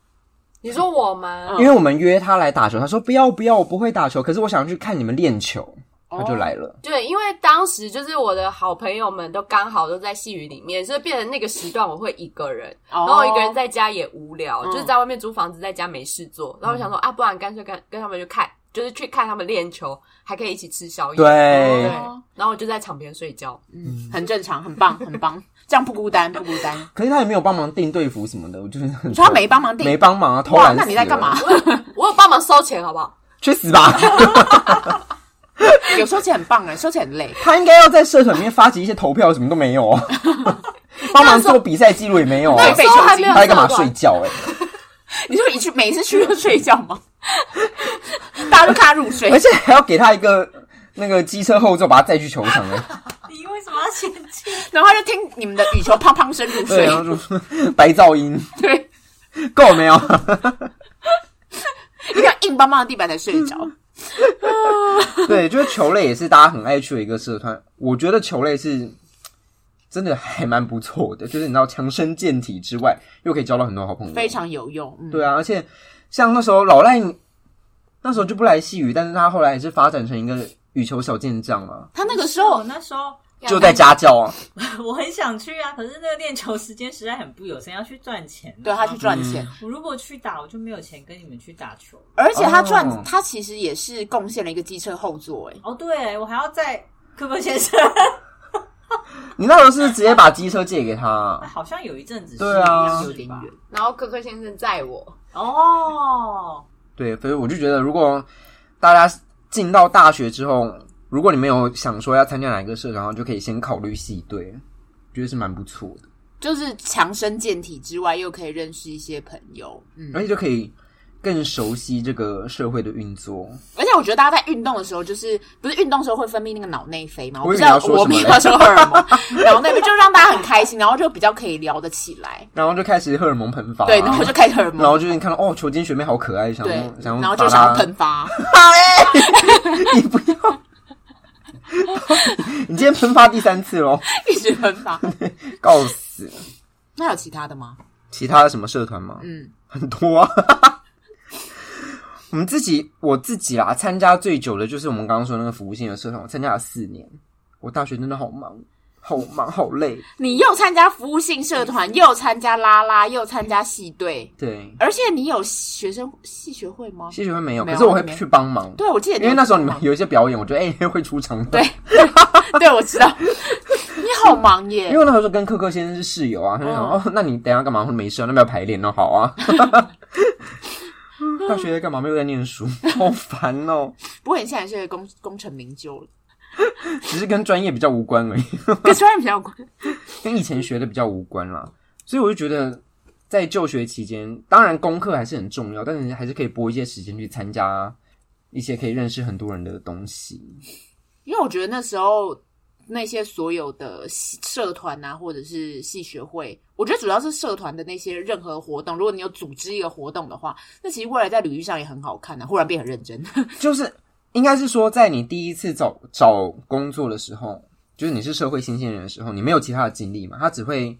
S3: 你说我吗？
S1: 因为我们约他来打球，他说不要不要，我不会打球，可是我想去看你们练球。他就来了。
S3: 对，因为当时就是我的好朋友们都刚好都在细雨里面，所以变成那个时段我会一个人，
S2: 哦
S3: 然后我一个人在家也无聊，
S2: 嗯
S3: 就是在外面租房子，在家没事做，然后我
S1: 嗯
S3: 想说、啊，不然干脆跟跟他们去看，就是去看他们练球，还可以一起吃宵夜。
S1: 对哦
S3: 对然后我就在场边睡觉。
S2: 嗯，很正常，很棒，很棒，这样不孤单，不孤 单。
S1: 可是他也没有帮忙订队服什么的，我就是很
S2: 你说他没帮忙订
S1: 没帮忙啊，偷
S2: 哇，
S1: 懒。
S2: 那你在 干嘛？？
S3: 我有帮忙收钱，好不好？
S1: 去死 吧！
S2: 有收钱很棒哎，收钱很累。
S1: 他应该要在社团里面发起一些投票，什么都没 有哦，帮忙做比赛记录也没有哦，
S2: 那时
S3: 那
S2: 候
S3: 时候还没有
S1: 他在干嘛
S3: 社团
S1: 睡觉、欸？
S2: 你说一去每一次去都睡觉 吗？大家就看他入睡
S1: 而，且还要给他一个那个机车后座，把他载去球场、欸。
S4: 你为什么要前进？
S2: 然后他就听你们的羽球砰砰声入
S1: 对，啊
S2: 睡。
S1: 然后说白噪音
S2: 对，
S1: 够没有？
S2: 一定要硬邦邦的地板才睡着。
S1: 嗯对，就是球类也是大家很爱去的一个社团。我觉得球类是真的还蛮不错的，就是你知道强身健体之外，又可以交到很多好朋友，
S2: 非常有用。嗯，
S1: 对啊。而且像那时候老赖，那时候就不来细雨，但是他后来也是发展成一个羽球小健将啊，
S2: 他 那个时
S4: 我
S2: 候
S4: 那时候
S1: 就在家教啊。
S4: 我很想去啊，可是那个练球时间实在很不有限，要去赚钱。
S2: 对他去赚钱，
S1: 嗯
S4: 我如果去打，我就没有钱跟你们去打球。
S2: 而且他赚
S1: 哦，
S2: 他其实也是贡献了一个机车后座。哎，
S4: 哦，对，我还要在科科先生，
S1: 你那时候是不是直接把机车借给他、啊？
S4: 好像有一阵子是
S1: 对啊
S4: 是
S2: 有点
S4: 吧
S2: 远。
S3: 然后科科先生载我，
S4: 哦，
S1: 对，所以我就觉得，如果大家进到大学之后，如果你没有想说要参加哪一个社团，然后就可以先考虑系队，觉得是蛮不错的，
S2: 就是强身健体之外，又可以认识一些朋友。嗯，
S1: 而且就可以更熟悉这个社会的运作。
S2: 而且我觉得大家在运动的时候，就是不是运动的时候会分泌那个脑内啡嘛？
S1: 我
S2: 我不
S1: 以为
S2: 知
S1: 你要
S2: 道，
S1: 说什么
S2: 我不
S1: 嘞
S2: 知道是荷尔蒙 脑内啡，就让大家很开心，然后就比较可以聊得起来。
S1: 然后就开始荷尔蒙喷发、啊
S2: 对，然后就开始荷尔
S1: 然后
S2: 蒙，
S1: 就是你看到哦，球精学妹好可爱，想
S2: 对，
S1: 要想
S2: 然
S1: 要
S2: 后就
S1: 把
S2: 想
S1: 她
S2: 要喷发。
S1: 你不要，你今天喷发第三次 喽，
S2: 一直喷发。
S1: 告死！
S2: 那有其他的吗？
S1: 其他的什么社团吗？
S2: 嗯，
S1: 很多、啊。 我们自己，我自己啦，参加最久的就是我们刚刚说那个服务性的社团，我参加了四年。我大学真的好忙，好忙，好累。
S2: 你又参加服务性社团，又参加啦啦，又参加系队，
S1: 对，
S2: 而且你有学生系学会吗？
S1: 戏剧会没有，哦可
S2: 没有
S1: 是我会
S2: 没有
S1: 去帮忙，
S2: 对，我记得
S1: 因为那时候你们
S2: 忙
S1: 有一些表演，我觉得哎、会出场的。
S2: 对，对，我知道， 你好忙耶
S1: 因。为那时候跟柯柯先生是室友啊，他就想、
S2: 嗯
S1: 哦，那你等一下干嘛？我说没事啊，那边要排练哦，好啊。 大学在干嘛？没有在念书，好烦哦。
S2: 不过你现在也是功功成名就了，
S1: 只是跟专业比较无关而已。
S2: 跟专业比较有关。
S1: 跟以前学的比较无关啦，所以我就觉得在就学期间，当然功课还是很重要，但是还是可以拨一些时间去参加一些可以认识很多人的东西。
S2: 因为我觉得那时候那些所有的系社团啊，或者是系学会，我觉得主要是社团的那些任何活动，如果你有组织一个活动的话，那其实未来在履历上也很好看啊。忽然变很认真，
S1: 就是应该是说，在你第一次找找工作的时候，就是你是社会新鲜人的时候，你没有其他的经历嘛，他只会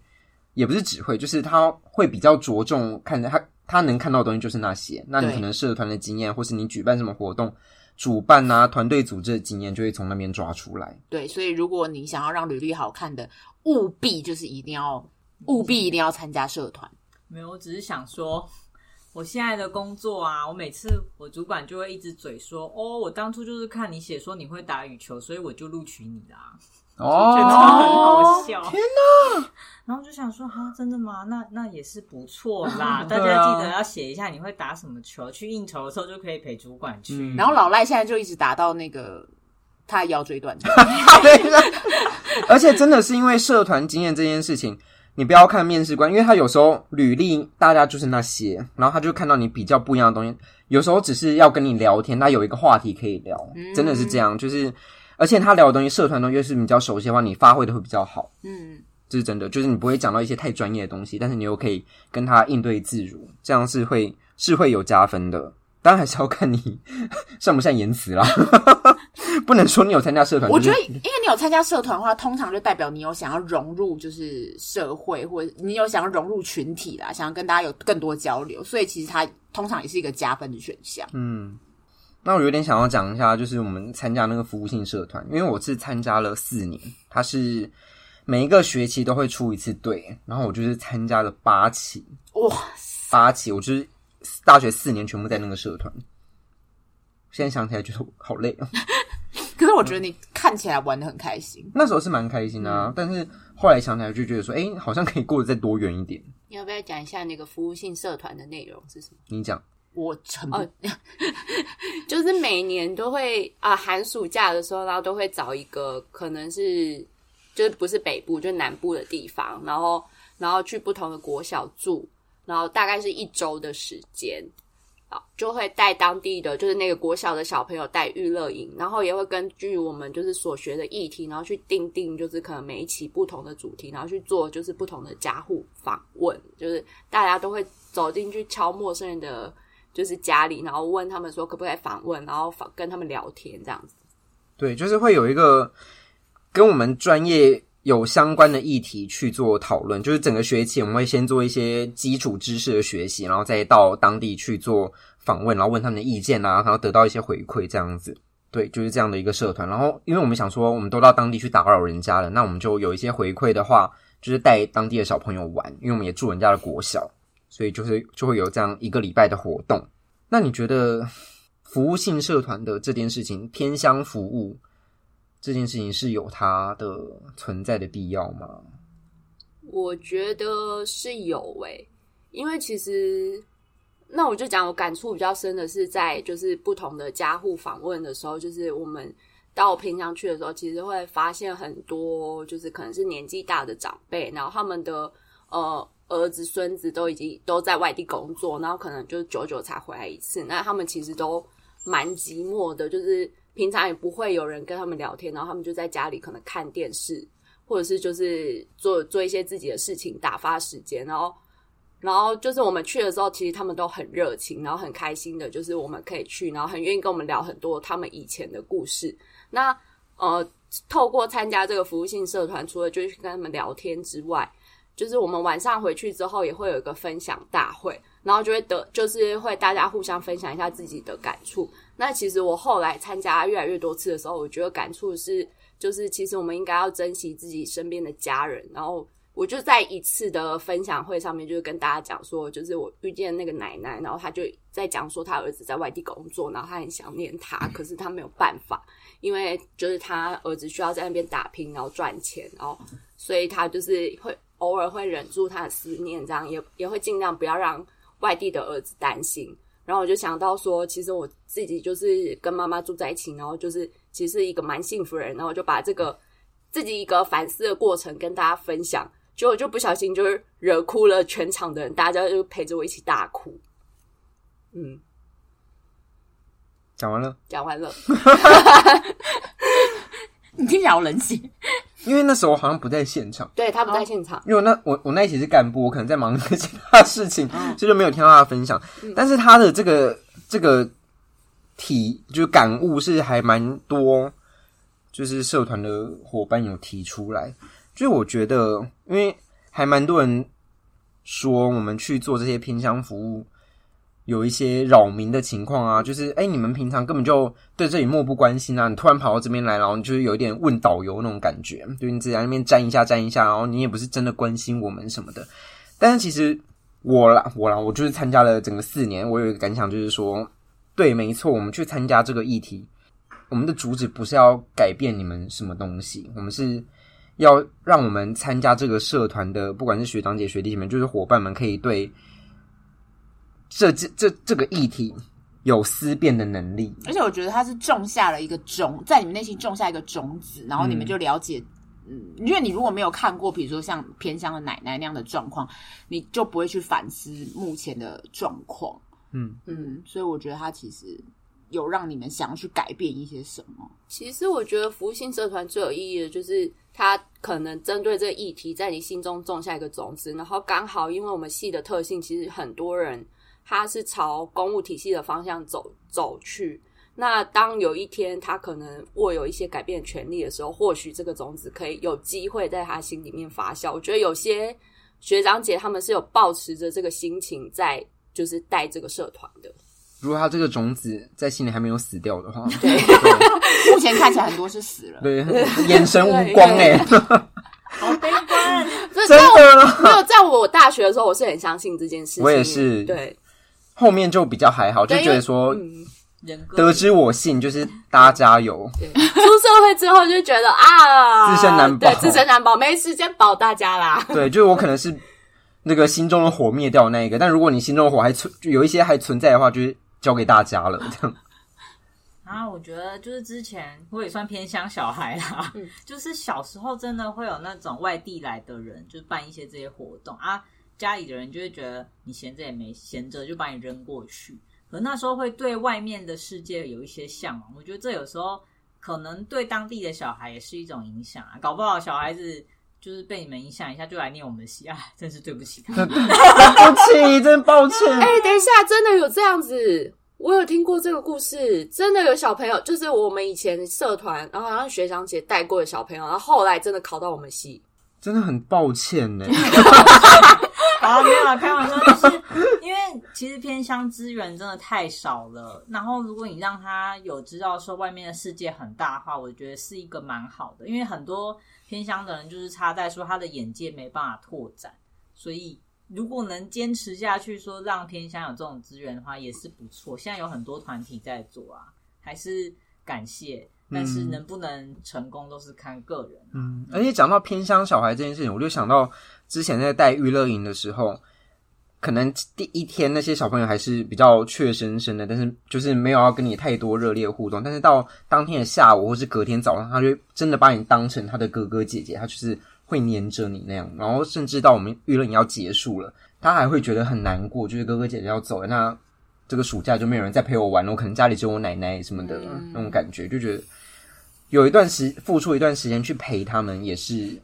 S1: 也不是只会，就是他会比较着重看着他他能看到的东西就是那些，那你
S2: 对
S1: 可能社团的经验，或是你举办什么活动。主办啊，团队组织的经验就会从那边抓出来。
S2: 对，所以如果你想要让履历好看的，务必就是一定要，务必一定要参加社团。
S4: 没有，我只是想说，我现在的工作啊，我每次我主管就会一直嘴说，哦，我当初就是看你写说你会打羽球，所以我就录取你啦、觉得
S1: 哦，
S4: 很好笑。天哪！ 然后就想说，哈，真的吗？那那也是不 错啦。
S1: 对
S4: 大家
S1: 啊
S4: 记得要写一下你会打什么球，去应酬的时候就可以陪主管去。
S1: 嗯
S2: 然后老赖现在就一直打到那个他的腰椎断掉，
S1: 而且真的是因为社团经验这件事情，你不要看面试官，因为他有时候履历大家就是那些，然后他就看到你比较不一样的东西，有时候只是要跟你聊天，他有一个话题可以聊，真的是这样，就是而且他聊的东西，社团东西越是比较熟悉的话，你发挥的会比较好，
S2: 嗯，
S1: 这是真的，就是你不会讲到一些太专业的东西，但是你又可以跟他应对自如，这样是会是会有加分的。当然还是要看你 善不善言辞啦， 不能说你有参加社团，
S2: 我
S1: 就是
S2: 觉得，因为你有参加社团的话，通常就代表你有想要融入就是社会，或者你有想要融入群体啦，想要跟大家有更多交流，所以其实它通常也是一个加分的选项。
S1: 嗯，那我有点想要讲一下，就是我们参加那个服务性社团，因为我是参加了四年，它是每一个学期都会出一次队，然后我就是参加了八期，
S2: 哇，
S1: 八期，我就是大学四年全部在那个社团。现在想起来觉得我好累啊，
S2: 可是我觉得你看起来玩的很开心，
S1: 那时候是蛮开心的、啊，但是后来想起来就觉得说，哎、好像可以过得再多远一点。
S3: 你要不要讲一下那个服务性社团的内容是什么？
S1: 你讲，
S2: 我很不、
S3: 哦就是每年都会啊、寒暑假的时候，然后都会找一个可能是就是不是北部，就南部的地方，然后然后去不同的国小住，然后大概是一周的时间。啊，就会带当地的，就是那个国小的小朋友带娱乐营，然后也会根据我们就是所学的议题，然后去定定，就是可能每一期不同的主题，然后去做就是不同的家户访问，就是大家都会走进去敲陌生人的就是家里，然后问他们说可不可以访问，然后访跟他们聊天这样子。
S1: 对，就是会有一个跟我们专业有相关的议题去做讨论。就是整个学期我们会先做一些基础知识的学习，然后再到当地去做访问，然后问他们的意见啊，然后得到一些回馈这样子。对，就是这样的一个社团。然后，因为我们想说，我们都到当地去打扰人家了，那我们就有一些回馈的话，就是带当地的小朋友玩，因为我们也住人家的国小，所以就是就会有这样一个礼拜的活动。那你觉得服务性社团的这件事情，偏乡服务这件事情是有它的存在的必要吗？
S3: 我觉得是有诶、因为其实那我就讲我感触比较深的是在就是不同的家户访问的时候，就是我们到平常去的时候，其实会发现很多就是可能是年纪大的长辈，然后他们的呃儿子孙子都已经都在外地工作，然后可能就久久才回来一次，那他们其实都蛮寂寞的，就是平常也不会有人跟他们聊天，然后他们就在家里可能看电视，或者是就是做做一些自己的事情打发时间，然后然后就是我们去的时候，其实他们都很热情，然后很开心的，就是我们可以去，然后很愿意跟我们聊很多他们以前的故事。那呃，透过参加这个服务性社团，除了就是跟他们聊天之外，就是我们晚上回去之后也会有一个分享大会，然后就会得就是会大家互相分享一下自己的感触。那其实我后来参加越来越多次的时候，我觉得感触是，就是其实我们应该要珍惜自己身边的家人。然后我就在一次的分享会上面，就是跟大家讲说，就是我遇见那个奶奶，然后她就在讲说她儿子在外地工作，然后她很想念他，可是她没有办法，因为就是她儿子需要在那边打拼，然后赚钱，然后所以她就是会偶尔会忍住她的思念，这样也也会尽量不要让外地的儿子担心。然后我就想到说，其实我自己就是跟妈妈住在一起，然后就是其实是一个蛮幸福的人，然后我就把这个自己一个反思的过程跟大家分享，结果就不小心就是惹哭了全场的人，大家就陪着我一起大哭。嗯，
S1: 讲完了，
S3: 讲完了，
S2: 你听起来好冷血。
S1: 因为那时候我好像不在现场，
S3: 对他不在现场，
S1: 因为我那我我那一期是干部，我可能在忙一些其他事情，所以就没有听到他的分享。但是他的这个这个体就是感悟是还蛮多，就是社团的伙伴有提出来。就是我觉得，因为还蛮多人说我们去做这些偏乡服务。有一些扰民的情况啊，就是哎、你们平常根本就对这里漠不关心啊，你突然跑到这边来，然后你就是有一点问导游那种感觉，对你只在那边站一下站一下，然后你也不是真的关心我们什么的。但是其实我啦，我啦，我就是参加了整个四年，我有一个感想就是说，对，没错，我们去参加这个议题，我们的主旨不是要改变你们什么东西，我们是要让我们参加这个社团的，不管是学长姐、学弟姐妹，就是伙伴们，可以对这这这这个议题有思辨的能力。
S2: 而且我觉得他是种下了一个种，在你们内心种下一个种子，然后你们就了解，嗯，因为你如果没有看过，比如说像偏乡的奶奶那样的状况，你就不会去反思目前的状况，
S1: 嗯
S2: 嗯，所以我觉得他其实有让你们想要去改变一些什么，
S3: 其实我觉得服务性社团最有意义的就是，它可能针对这个议题，在你心中种下一个种子，然后刚好因为我们系的特性，其实很多人他是朝公务体系的方向走走去。那当有一天他可能握有一些改变的权利的时候，或许这个种子可以有机会在他心里面发酵。我觉得有些学长姐他们是有抱持着这个心情在，就是带这个社团的。
S1: 如果他这个种子在心里还没有死掉的话，
S2: 对，目前看起来很多是 死了。
S1: 对，眼神无光哎、
S4: 好悲观。
S3: 真
S1: 真 的。
S3: 没有，在我大学的时候，我是很相信这件事情。
S1: 我也是
S3: 对，
S1: 后面就比较还好，就
S3: 对
S1: 觉得说
S3: 嗯，
S4: 人格
S1: 得知我信，就是大家加油。
S3: 对，出社会之后就觉得啊，
S1: 自身难保
S3: 对，自身难保，没时间保大家 啦。
S1: 对，就是我可能是那个心中的火灭掉的那一个，但如果你心中的火还存，就有一些还存在的话，就是交给大家了。这样
S4: 啊，我觉得就是之前我也算偏乡小孩啦， 就是小时候真的会有那种外地来的人，就是办一些这些活动啊，家里的人就会觉得你闲着也没闲着，就把你扔过去。可那时候会对外面的世界有一些向往，我觉得这有时候可能对当地的小孩也是一种影响啊，搞不好小孩子就是被你们影响一下就来念我们的戏，哎，真是对不起他 们。
S1: 抱歉，真抱歉。
S3: 哎、等一下，真的有这样子。我有听过这个故事，真的有小朋友，就是我们以前社团，然后好像学长姐带过的小朋友，然后后来真的考到我们系，
S1: 真的很抱歉呢、
S4: 啊，没有啦，开玩笑，就是因为其实偏乡资源真的太少了。然后，如果你让他有知道说外面的世界很大的话，我觉得是一个蛮好的。因为很多偏乡的人就是差在说他的眼界没办法拓展，所以如果能坚持下去，说让偏乡有这种资源的话，也是不错。现在有很多团体在做啊，还是感谢。但是
S1: 嗯
S4: 能不能成功都是看个人。啊
S1: 嗯，而且讲到偏乡小孩这件事情，我就想到之前在带娱乐营的时候，可能第一天那些小朋友还是比较怯生生的，但是就是没有要跟你太多热烈互动。但是到当天的下午或是隔天早上，他就真的把你当成他的哥哥姐姐，他就是会黏着你那样。然后甚至到我们娱乐营要结束了，他还会觉得很难过，就是哥哥姐姐要走了，那这个暑假就没有人再陪我玩了，我可能家里只有我奶奶什么的、那种感觉，就觉得。有一段时付出一段时间去陪他们，也是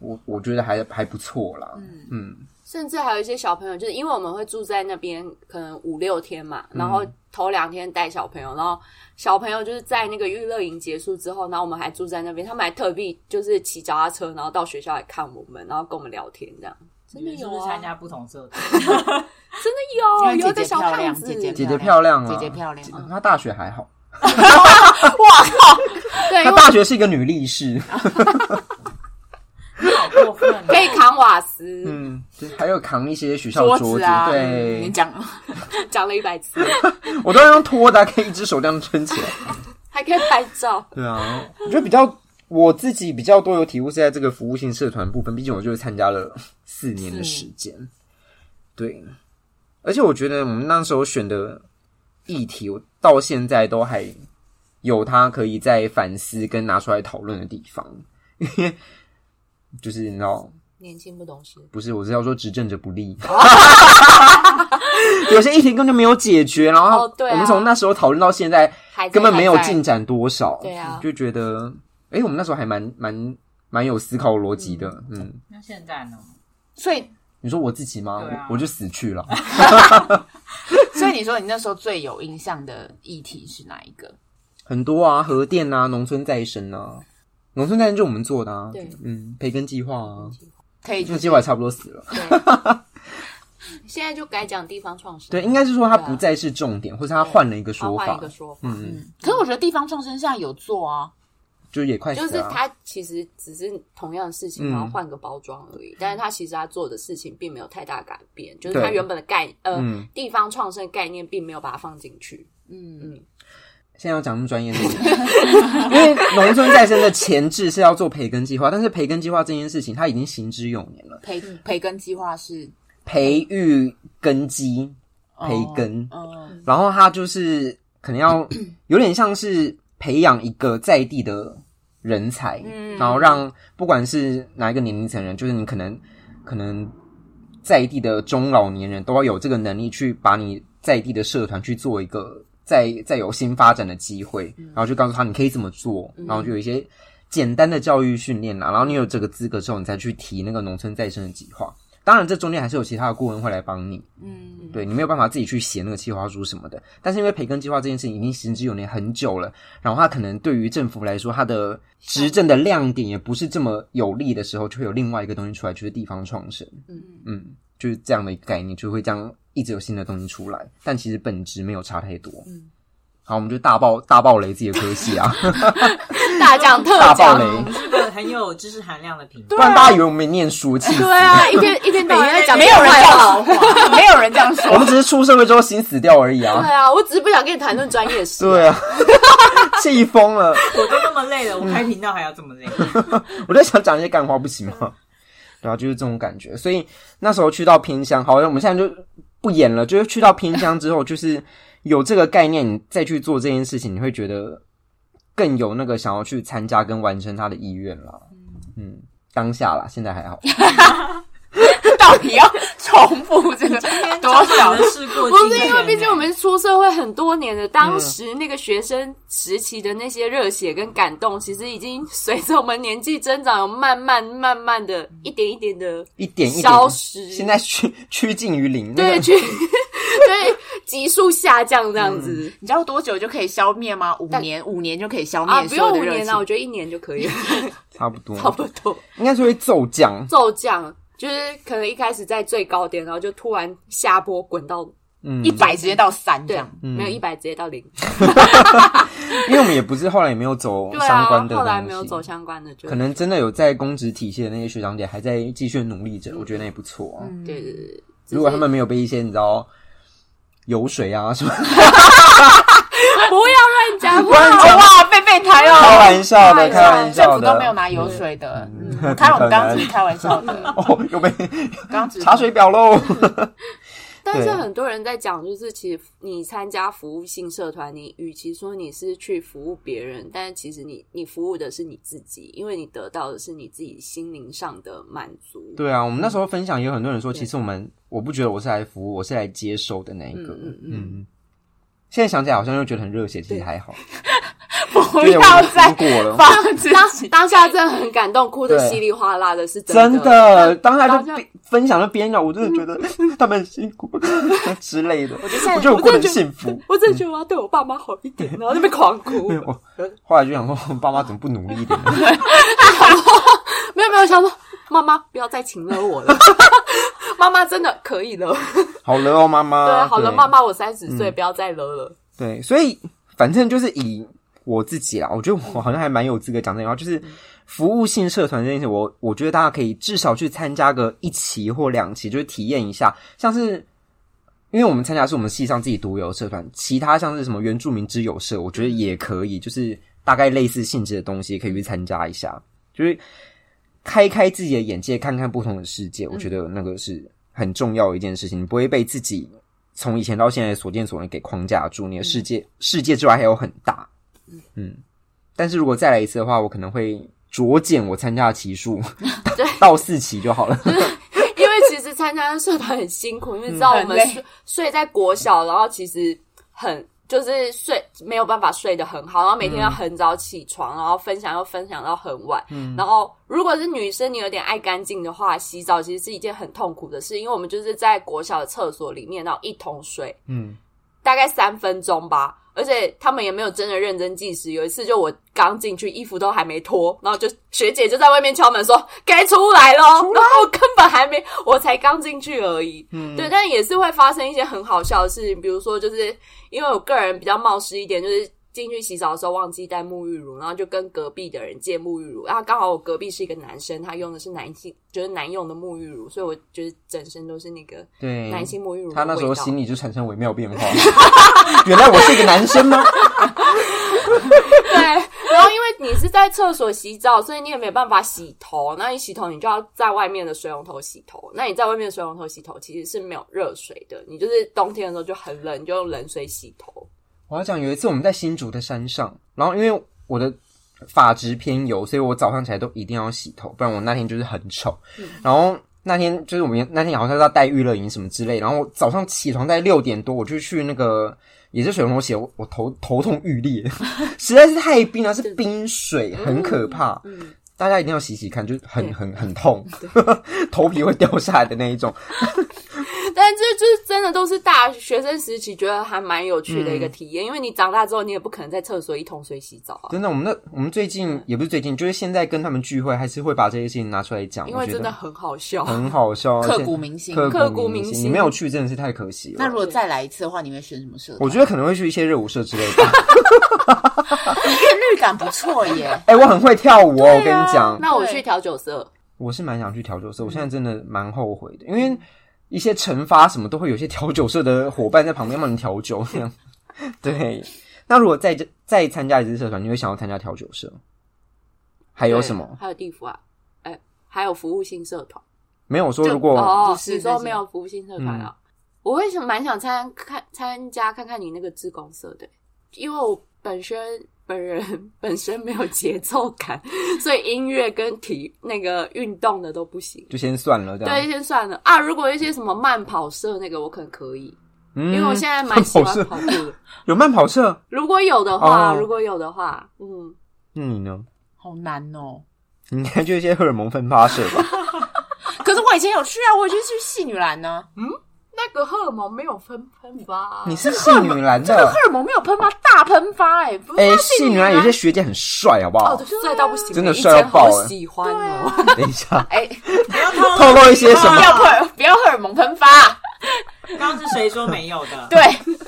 S1: 我我觉得还还不错啦。嗯
S3: 甚至还有一些小朋友，就是因为我们会住在那边，可能五六天嘛，
S1: 嗯
S3: 然后头两天带小朋友，然后小朋友就是在那个娱乐营结束之后，然后我们还住在那边，他们还特地就是骑脚踏车，然后到学校来看我们，然后跟我们聊天，这样真
S4: 你
S3: 的
S4: 们是
S3: 有
S4: 不是
S3: 啊
S4: 参，加不同社团？
S3: 真的有
S2: 因为姐姐
S3: 有一个小
S2: 漂
S3: 胖
S2: 亮
S3: 子，
S2: 姐姐
S1: 姐姐漂亮啊，
S2: 姐姐漂亮
S1: 她大学还好，
S3: 对，因
S2: 哎
S1: 她
S3: 为
S1: 大学是一个女力 士。
S2: 啊
S4: 好过分、啊！
S3: 可以扛瓦斯，
S1: 嗯，对，还有扛一些学校
S2: 桌
S1: 的桌
S2: 子啊，
S1: 对
S2: 你，讲
S3: 讲了一百次，
S1: 我都要用拖的啊，可以一只手这样撑起来。
S3: 还可以拍照。
S1: 对啊，我觉得比较我自己比较多有体悟是在这个服务性社团部分，毕竟我就是参加了四年的时间。对，而且我觉得我们那时候选的议题，我到现在都还有它可以再反思跟拿出来讨论的地方， 因为就是你知道，
S3: 年轻不懂事，
S1: 不是我是要说执政者不 利。有些议题根本就没有解决，然后
S3: 哦对啊
S1: 我们从那时候讨论到现在，
S3: 还在
S1: 根本没有
S3: 还在
S1: 进展多少，
S3: 对啊
S1: 就觉得，哎、我们那时候还蛮蛮蛮有思考逻辑的，嗯，
S4: 那现在呢？
S2: 所以
S1: 你说我自己吗？
S4: 对啊
S1: 我我就死去了，
S2: 所以你说你那时候最有印象的议题是哪一个？
S1: 很多啊，核电啊，农村再生啊，农村再生就我们做的啊，
S3: 对
S1: 嗯，培根计划啊，
S2: 可以
S1: 培根
S2: 就
S1: 计划也差不多死了，
S3: 现在就改讲地方创生，
S1: 对，应该是说它
S3: 对啊
S1: 不再是重点，或是它换了一个
S3: 他
S1: 说
S3: 换一
S1: 法
S3: 个，说法，
S1: 嗯，
S2: 可是我觉得地方创生现在有做啊，
S1: 就也快死
S3: 就是
S1: 了啊，
S3: 他其实只是同样的事情，
S1: 嗯
S3: 然后换个包装而已。但是他其实他做的事情并没有太大改变，就是他
S1: 对
S3: 原本的概呃、
S1: 嗯
S3: 地方创生概念并没有把它放进去。
S2: 嗯，
S1: 现在要讲那么专业 的，因为农村再生的前置是要做培根计划，但是培根计划这件事情它已经行之有年了。
S2: 培
S3: 嗯
S2: 培根计划是
S1: 培育根基，
S2: 哦
S1: 培根，
S2: 嗯
S1: 然后它就是可能要有点像是培养一个在地的人才，然后让不管是哪一个年龄层人，就是你可能可能在地的中老年人都要有这个能力去把你在地的社团去做一个再再有新发展的机会，然后就告诉他你可以怎么做，然后就有一些简单的教育训练啦，然后你有这个资格之后，你再去提那个农村再生的计划。当然，这中间还是有其他的顾问会来帮你，
S2: 嗯，
S1: 对你没有办法自己去写那个计划书什么的。但是因为培根计划这件事情已经行之有年很久了，然后它可能对于政府来说，它的执政的亮点也不是这么有利的时候，就会有另外一个东西出来，就是地方创生。嗯嗯，就是这样的一个概念，就会这样一直有新的东西出来，但其实本质没有差太多。嗯，好，我们就大爆大爆雷自己的科系啊，
S3: 大讲特
S1: 大
S3: 讲，
S1: 爆雷，
S4: 是个很有知识含量的频道
S1: 不。然大家以为我们没念书，气死
S3: 对！啊，一天一天到晚在讲
S2: 没有人这
S3: 坏
S2: 样
S3: 话。
S2: 说， 没有人这样
S1: 我
S2: 说。
S1: 们只是出社会之后心死掉而已
S3: 对
S1: 啊。
S3: 啊，我只是不想跟你谈论专业 事。
S1: 对啊，气疯了！
S4: 我都那么累了，我开频道还要这么累？
S1: 我在想讲一些干话不行
S3: 嗯
S1: 吗？对啊，就是这种感觉。所以那时候去到偏乡，好像我们现在就不演了。就是去到偏乡之后，就是有这个概念，你再去做这件事情，你会觉得更有那个想要去参加跟完成他的意愿啦。嗯，当下啦，现在还好。
S2: 到底要重 复这个多少
S4: 我的？事过
S3: 不是
S4: 境
S3: 因为，
S4: 迁
S3: 毕竟我
S4: 欸
S3: 们出社会很多年了，
S1: 嗯
S3: 当时那个学生时期的那些热血跟感动，其实已经随着我们年纪增长，有慢慢慢慢的一点一点的
S1: 一点一点
S3: 消失
S1: 现在趋趋近于零。那
S3: 对
S1: 个
S3: 去对急速下降这样子。
S2: 你知道多久就可以消灭吗？五年，五年就可以
S1: 嗯
S2: 消
S3: 啊，
S2: 灭
S3: 不
S2: 所
S3: 用
S2: 有的
S3: 五
S2: 热
S3: 年了，我
S2: 情。
S3: 觉得一年就可以 了，
S1: 差不多，
S3: 差不多。
S1: 应该是会骤降。
S3: 骤降就是可能一开始在最高点，然后就突然下坡滚到
S1: 嗯，
S2: 一百直接到三这
S3: 对
S2: 样，，
S3: 没有一百直接到零。
S1: 因为我们也不是后来也没有走
S3: 对
S1: 哦相关
S3: 啊，
S1: 的
S3: 后来
S1: 东
S3: 没有
S1: 西
S3: 走相关的，就
S1: 可能真的有在公职体系的那些学长姐还在继续努力着，我觉得那也不错啊。
S3: 对对对。对
S1: 如果他们没有被一些你知道油水啊什么
S3: 不要乱 讲
S1: 不然
S3: 话，
S1: 讲
S2: 哇，贝贝台哦，
S1: 开玩笑的，
S3: 对
S1: 开玩
S2: 政
S1: 笑
S2: 府都没有
S1: 的
S2: 拿油水的， 嗯
S1: 嗯
S2: 开我们刚
S1: 不可
S2: 刚
S1: 能
S2: 只是开玩笑的，
S1: 哦，有被
S2: 刚刚只是
S1: 查水表喽。
S3: 但是
S1: 对
S3: 很多人在讲，就是其实你参加服务性社团，你与其说你是去服务别人，但其实你你服务的是你自己，因为你得到的是你自己心灵上的满足。
S1: 对啊，我们那时候分享也有很多人说，其实我们我不觉得我是来服务，我是来接收的那一个。
S3: 嗯嗯
S1: 嗯，现在想起来好像又觉得很热血，其实还好。
S2: 不
S1: 对，我
S2: 要
S1: 们
S2: 再
S1: 已经过了。
S2: 放 自
S3: 当
S2: 己。
S3: 当下真的很感动，哭
S1: 对
S3: 的稀里哗啦的，是
S1: 真
S3: 的。
S1: 的，当下
S3: 当
S1: 就
S3: 下
S1: 边分享就边讲，我真的觉得他们很辛苦 之类的，我
S3: 现在
S1: 觉得我
S3: 我
S1: 过得
S3: 真的
S1: 很
S3: 觉得
S1: 幸福。
S3: 我真的觉得我要对我爸妈好一点，然后那边狂哭。
S1: 嗯 对我后来就想说，我爸妈怎么不努力一点呢？
S3: 没有没有，想说妈妈不要再请了我 了，妈妈真的可以了。
S1: 好了哦，妈妈。
S3: 对，好了，
S1: 对嗯
S3: 妈。妈，我三十岁，不要再了了。
S1: 对，所以反正就是以我自己啦，我觉得我好像还蛮有资格讲这句话，就是服务性社团这件事，我我觉得大家可以至少去参加个一期或两期，就是体验一下，像是。因为我们参加是我们系上自己独有的社团，其他像是什么原住民之友社，我觉得也可以，就是大概类似性质的东西可以去参加一下，就是开开自己的眼界，看看不同的世界。我觉得那个是很重要的一件事情，你不会被自己从以前到现在所见所闻给框架住，你的世
S3: 嗯
S1: 界、世界之外还有很大。嗯，但是如果再来一次的话，我可能会酌减我参加的期数， 到四期就 好了。
S3: 因为其实参加社团很辛苦，因为知道我
S2: 嗯很
S3: 们
S2: 累
S3: 睡睡在国小，然后其实很就是睡没有办法睡得很好，然后每天
S2: 嗯
S3: 要很早起床，然后分享又分享到很晚。
S2: 嗯
S3: 然后如果是女生，你有点爱干净的话，洗澡其实是一件很痛苦的事，因为我们就是在国小的厕所里面，然后一桶水，
S1: 嗯，
S3: 大概三分钟吧。而且他们也没有真的认真计时。有一次，就我刚进去，衣服都还没脱，然后就学姐就在外面敲门说：“该出来咯。然后我根本还没，我才刚进去而已。嗯，对，但也是会发生一些很好笑的事情，比如说，就是因为我个人比较冒失一点，就是进去洗澡的时候忘记带沐浴乳，然后就跟隔壁的人借沐浴乳，然后刚好我隔壁是一个男生，他用的是男性，就是男用的沐浴乳，所以我就是整身都是那个
S1: 对，
S3: 男性沐浴乳的
S1: 嗯他
S3: 味道。
S1: 那时候心里就产生微妙变化， 原来我是一个男生吗？
S3: 对，然后因为你是在厕所洗澡，所以你也没办法洗头。那你洗头，你就要在外面的水龙头洗头。那你在外面的水龙头洗头其实是没有热水的，你就是冬天的时候就很冷，你就用冷水洗头。
S1: 我要讲有一次我们在新竹的山上，然后因为我的发质偏油，所以我早上起来都一定要洗头，不然我那天就是很丑。
S3: 嗯
S1: 然后那天就是我们那天好像是要带娱乐营什么之类，然后我早上起床在六点多，我就去那个也是水龙头洗，我我头头痛欲 裂，实在是太冰了，是冰水，很可怕。
S3: 嗯
S1: 大家一 定要洗洗看，就是很很很痛，头皮会掉下来的那一种。
S3: 但是这就是真的都是大学生时期觉得还蛮有趣的一个体验，因为你长大之后你也不可能在厕所一桶水洗澡啊，
S1: 真的，我们那我们最近也不是最近，就是现在跟他们聚会，还是会把这些事情拿出来讲，
S3: 因
S1: 我
S3: 为
S1: 觉
S3: 真
S1: 得嗯
S3: 的很好笑。
S1: 很好笑，而且
S2: 刻骨铭心
S1: 刻骨
S3: 刻骨铭
S1: 心。
S3: 心
S1: 你没有去真的是太可惜
S2: 那如
S1: 了。
S2: 果再来一次的话，你会选什么社团？
S1: 我觉得可能会去一些热舞社之类的。
S2: 你韵律感不错耶。
S1: 哎、我很会跳舞哦，我跟
S3: 对啊
S1: 你讲，
S3: 那我
S2: 对
S3: 去调酒色，
S1: 我是蛮想去调酒社，我现在真的蛮后悔的，因为一些惩罚什么都会有一些调酒社的伙伴在旁边帮你调酒， 这样。对，那如果再再参加一次社团，你会想要参加调酒社？还有
S3: 对
S1: 什么？
S3: 还有地府啊，哎，还有服务性社团。
S1: 没有说
S2: 就
S1: 如果
S3: 哦
S2: 不，是
S3: 你
S2: 这
S3: 说
S2: 些
S3: 没有服务性社团
S1: 嗯
S3: 啊？我会想蛮想参看参加看看你那个志工社的，因为我本身本人本身没有节奏感，所以音乐跟体那个运动的都不行。
S1: 就先算了，这样。
S3: 对，先算了啊！如果一些什么慢跑社那个，我可能可以，
S1: 嗯
S3: 因为我现在蛮喜
S1: 慢跑
S3: 欢
S1: 社
S3: 跑步的。
S1: 有慢跑社，
S3: 如果有的话，
S1: 哦
S3: 如果有的话，嗯，
S1: 那你呢？
S2: 好难哦。
S1: 你应该就一些荷尔蒙分发社 吧？
S2: 可是我以前有去啊，我也去去戏女篮呢、
S3: 那个荷尔蒙没有分分吧？
S1: 你是戏女篮的
S2: 荷，尔蒙没有喷发，大喷发哎、不
S1: 哎、
S2: 是
S1: 戏女篮有些学姐很帅，好不好？
S3: 哦，对帅到不行，
S1: 真的
S3: 以
S1: 帅到
S3: 前好
S1: 爆欸了
S3: 喜欢哦。
S1: 等一下，
S2: 哎，
S4: 不要透
S1: 透露一些什
S2: 不
S1: 么？
S2: 哦要荷尔不要荷尔蒙喷发，
S4: 刚刚是谁说没有的？
S2: 对，
S1: 嗯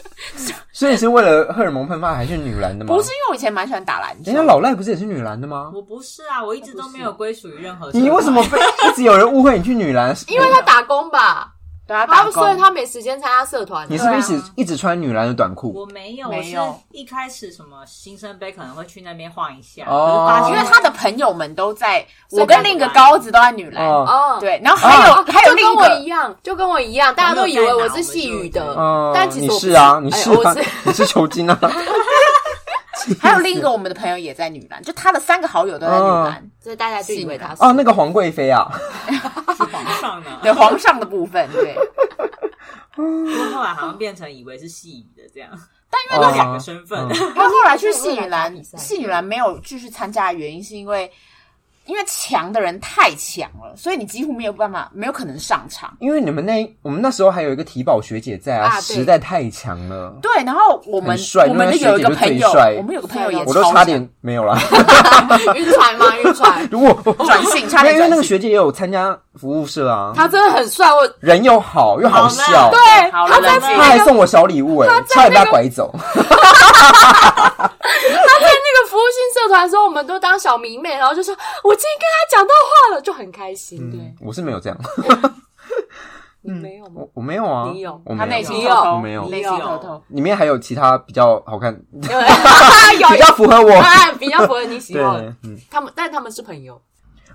S1: 所以你是为了荷尔蒙喷发还是女篮的吗？哦
S2: 不是，因为我以前蛮喜欢打篮球
S1: 人家，老赖不是也是女篮的吗？
S4: 我不是啊，我一直都没有归属于任何。
S1: 你为什么？被一直有人误会你去女篮？
S3: 因为他打工吧，
S2: 对啊，打
S3: 他
S2: 工
S3: 所以他没时间参加社团。啊
S1: 你是不是一
S2: 对
S1: 直、一直穿女篮的短裤？哦
S4: 我没有，我
S2: 没
S4: 是
S2: 有
S4: 一开始什么新生杯可能会去那边晃一下，
S1: 哦
S4: 可是发
S2: 因
S4: 现
S2: 为他的朋友们都在，
S4: 所以
S2: 我跟另一个高子都在女篮，
S1: 哦
S3: 哦，
S2: 对，然后还有、
S3: 哦，
S2: 还有
S3: 就
S2: 另
S3: 跟
S2: 一
S3: 我一
S2: 个，
S3: 样，就跟我一样，大家都以为我是细雨的，
S1: 哦，
S3: 但其实
S1: 你
S3: 我不
S1: 是啊，你
S3: 哎
S1: 是
S3: 我
S1: 啊，
S3: 是
S1: 你是球精啊。
S2: 还有另一个我们的朋友也在女篮，就他的三个好友都在女篮，
S1: 嗯
S3: 所以大家就以为他是
S1: 哦，那个皇贵妃啊，
S4: 是皇上呢。
S2: 对皇上的部分，对，
S4: 不过后来好像变成以为是细雨的这样，
S1: 但
S4: 有两个身份，
S2: 他后来去戏女篮
S3: 比，赛
S2: 哦戏女篮没有继续参加的原因是因为。因为强的人太强了，所以你几乎没有办法，没有可能上场。
S1: 因为你们那我们那时候还有一个体保学姐在啊，
S3: 啊对
S1: 实在太强了，
S2: 对，然后我们
S1: 很帅
S2: 我们的有一个朋
S1: 因为
S2: 友
S1: 那学姐就最帅，啊
S2: 我们有个朋友也
S1: 我都
S2: 超
S1: 差
S2: 强
S1: 点没有了。，
S3: 晕船吗？晕船
S1: 如果
S2: 转性，差 点
S1: 因为
S2: 转
S1: 那个
S2: 性。
S1: 学姐也有参加服务社啊，
S3: 他真的很帅，我
S1: 人又好又好笑，
S4: 对
S3: 对
S2: 好
S3: 他
S2: 了
S3: 在
S2: 冷
S1: 他
S2: 静
S1: 还送我小礼物哎、差点被他拐走。
S3: 那个服务性社团的时候，我们都当小迷妹，然后就说我今天跟他讲到话了，就很开心。对，
S1: 嗯我是没有这样，
S3: 你没 有吗？
S1: 我我没有啊，
S3: 你有
S1: 我
S2: 他
S1: 没
S2: 内
S1: 有
S2: 心
S3: 没
S2: 偷
S3: 有
S2: 偷，
S1: 没有
S2: 内心偷偷。
S1: 里面还有其他比较好看，比
S3: 有 有
S1: 较符合我。
S3: 哎，比较符合你喜
S1: 对
S3: 好。，
S1: 嗯。
S3: 他们，但他们是朋友。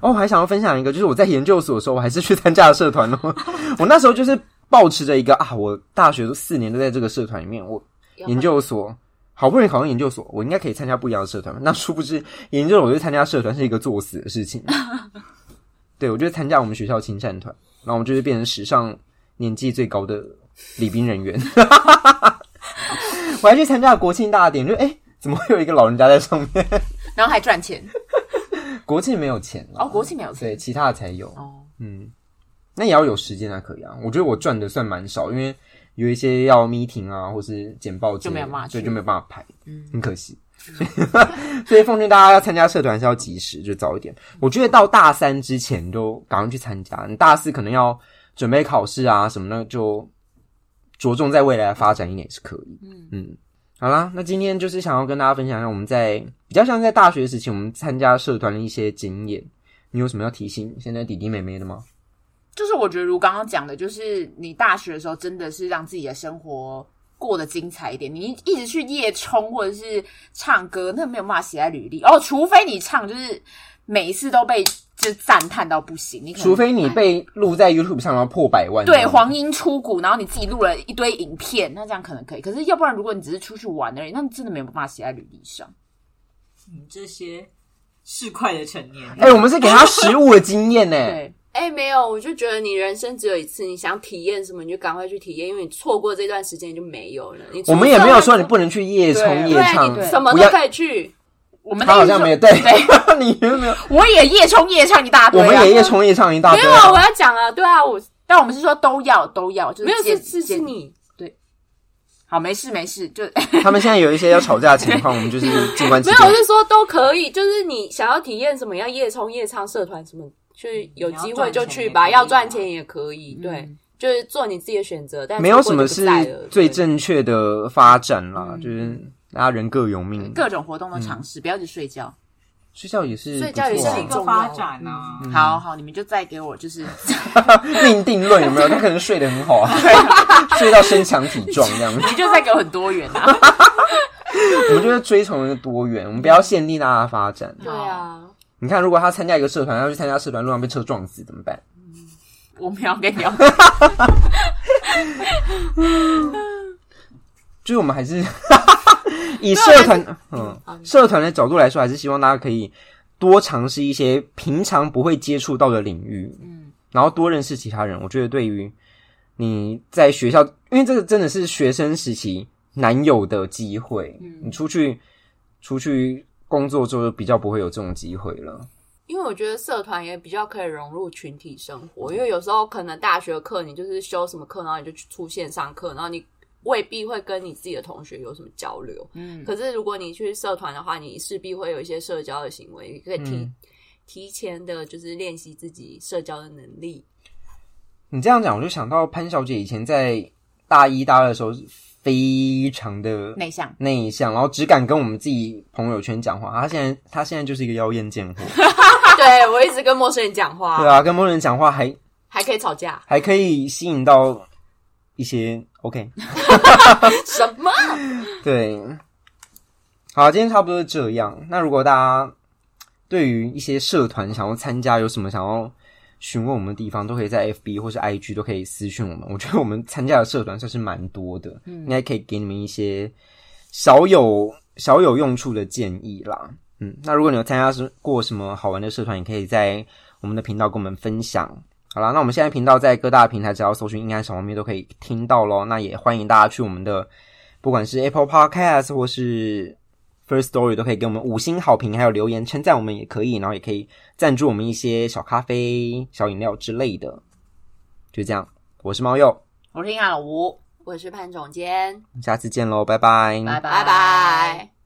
S1: 哦，我还想要分享一个，就是我在研究所的时候，我还是去参加了社团哦。我那时候就是保持着一个啊，我大学都四年都在这个社团里面，我研究所好不容易考上研究所，我应该可以参加不一样的社团吧。那殊不知，研究所去参加社团是一个作死的事 情。对，我就参加我们学校青善团，然后我们就是变成史上年纪最高的礼宾人员。 我还去参加了国庆大典，就哎、诶怎么会有一个老人家在上面？
S2: 然后还赚钱
S1: 国庆没有钱啦
S2: 哦，国庆没有钱
S1: 对，其他的才有。
S2: 哦，
S1: 嗯，那也要有时间才可以啊。我觉得我赚的算蛮少，因为有一些要 meeting 啊，或是简报之类的
S2: 就没有办法去
S1: 所以就没有办法排，嗯，很可惜。 所以奉劝大家要参加社团是要及时，就早一点。我觉得到大三之前就赶快去参加，你大四可能要准备考试啊什么的，就着重在未来的发展一点也是可以。嗯嗯，好啦，那今天就是想要跟大家分享一下我们在比较像在大学时期我们参加社团的一些经验。你有什么要提醒现在弟弟妹妹的吗？
S2: 就是我觉得如刚刚讲的，就是你大学的时候真的是让自己的生活过得精彩一点。你一直去夜冲或者是唱歌，那没有办法写在履历哦，除非你唱就是每一次都被就是赞叹到不行，你可能
S1: 除非你被录在 YouTube 上，然后破百万。
S2: 对，黄莺出谷，然后你自己录了一堆影片，那这样可能可以。可是要不然，如果你只是出去玩而已，那你真的没有办法写在履历上。
S4: 你嗯这些市侩的成年
S1: 哎、
S4: 人，
S1: 我们是给他实物的经验呢、
S2: 对，
S3: 哎、没有，我就觉得你人生只有一次，你想体验什么你就赶快去体验，因为你错过这段时间你就没有了。你出
S1: 我们也没有说你
S3: 社会
S1: 不能去夜
S2: 对
S1: 冲夜唱，
S3: 对，啊
S2: 对
S3: 你什么
S1: 不
S3: 都
S1: 要
S3: 可以去。
S2: 我们的
S1: 他好像
S2: 意思
S1: 没有
S2: 是
S1: 对， 你没有，
S2: 我也夜冲夜唱一大堆、
S1: 我
S2: 啊，
S1: 们也夜冲夜唱一大
S3: 没
S1: 堆
S3: 有啊，
S1: 啊、
S3: 我要讲啊，对啊，我
S2: 但我们是说都要都要，就是
S3: 没有
S2: 建
S3: 是是是
S2: 建
S3: 你，
S2: 好，没事没事，就
S1: 他们现在有一些要吵架的情况，我们就是静观 其
S3: 没
S1: 变
S3: 有，我。是说都可以，就是你想要体验什么样夜冲夜唱社团什么，就是有机会就去吧，
S4: 你要
S3: 要
S4: 赚
S3: 赚
S4: 钱
S3: 钱也可以，对，就是做你自己的选择，但
S1: 没有什么
S3: 错
S1: 是
S3: 过就不在了
S1: 最
S3: 对嗯
S1: 正确的发展啦，就是大家人各有命，
S2: 各种活动都尝试，不要只睡觉。
S1: 睡觉也是
S2: 睡觉也
S1: 不
S4: 这
S1: 错啊
S4: 是一个发展啊。
S2: 好好，你们就再给我就是
S1: 命定论有没有？他可能睡得很好啊， 睡到身强体壮这样子。
S2: 你就再给我很多元啊。
S1: 我们就是追求一个多元，我们不要限定大家的发展。
S3: 对啊，
S1: 你看，如果他参加一个社团，他去参加社团，路上被车撞死怎么办？
S2: 我们要跟你聊，
S1: 就是我们还 是以社团嗯社团的角度来说，还是希望大家可以多尝试一些平常不会接触到的领域，嗯，然后多认识其他人。我觉得对于你在学校，因为这个真的是学生时期难有的机会，你出去出去工作之后，就比较不会有这种机会了。
S3: 因为我觉得社团也比较可以融入群体生活，因为有时候可能大学课你就是修什么课，然后你就去出线上课，然后你未必会跟你自己的同学有什么交流。
S2: 嗯，
S3: 可是如果你去社团的话，你势必会有一些社交的行为，你可以提、
S1: 嗯
S3: 提前的，就是练习自己社交的能力。
S1: 你这样讲，我就想到潘小姐以前在大一、大二的时候，非常的
S2: 内向。
S1: 内向，然后只敢跟我们自己朋友圈讲话。他现在他现在就是一个妖艳贱货，
S3: 对我一直跟陌生人讲话，
S1: 对啊，跟陌生人讲话还
S3: 还可以吵架，
S1: 还可以吸引到一些 OK，
S3: 什么？
S1: 对。好，今天差不多是这样。那如果大家对于一些社团想要参加，有什么想要询问我们的地方，都可以在 FB 或是 IG 都可以私讯我们。我觉得我们参加的社团算是蛮多的，应该可以给你们一些小有小有用处的建议啦。嗯，那如果你有参加是过什么好玩的社团，也可以在我们的频道跟我们分享。好啦，那我们现在频道在各大平台只要搜寻“应该小猫咪”都可以听到咯。那也欢迎大家去我们的不管是 Apple Podcast 或是 First Story 都可以给我们五星好评，还有留言称赞我们也可以，然后也可以赞助我们一些小咖啡、小饮料之类的。就这样，我是猫鼬，
S2: 我是英老吴，
S3: 我是潘总监，
S1: 我们下次见喽，拜拜，
S2: 拜
S3: 拜拜。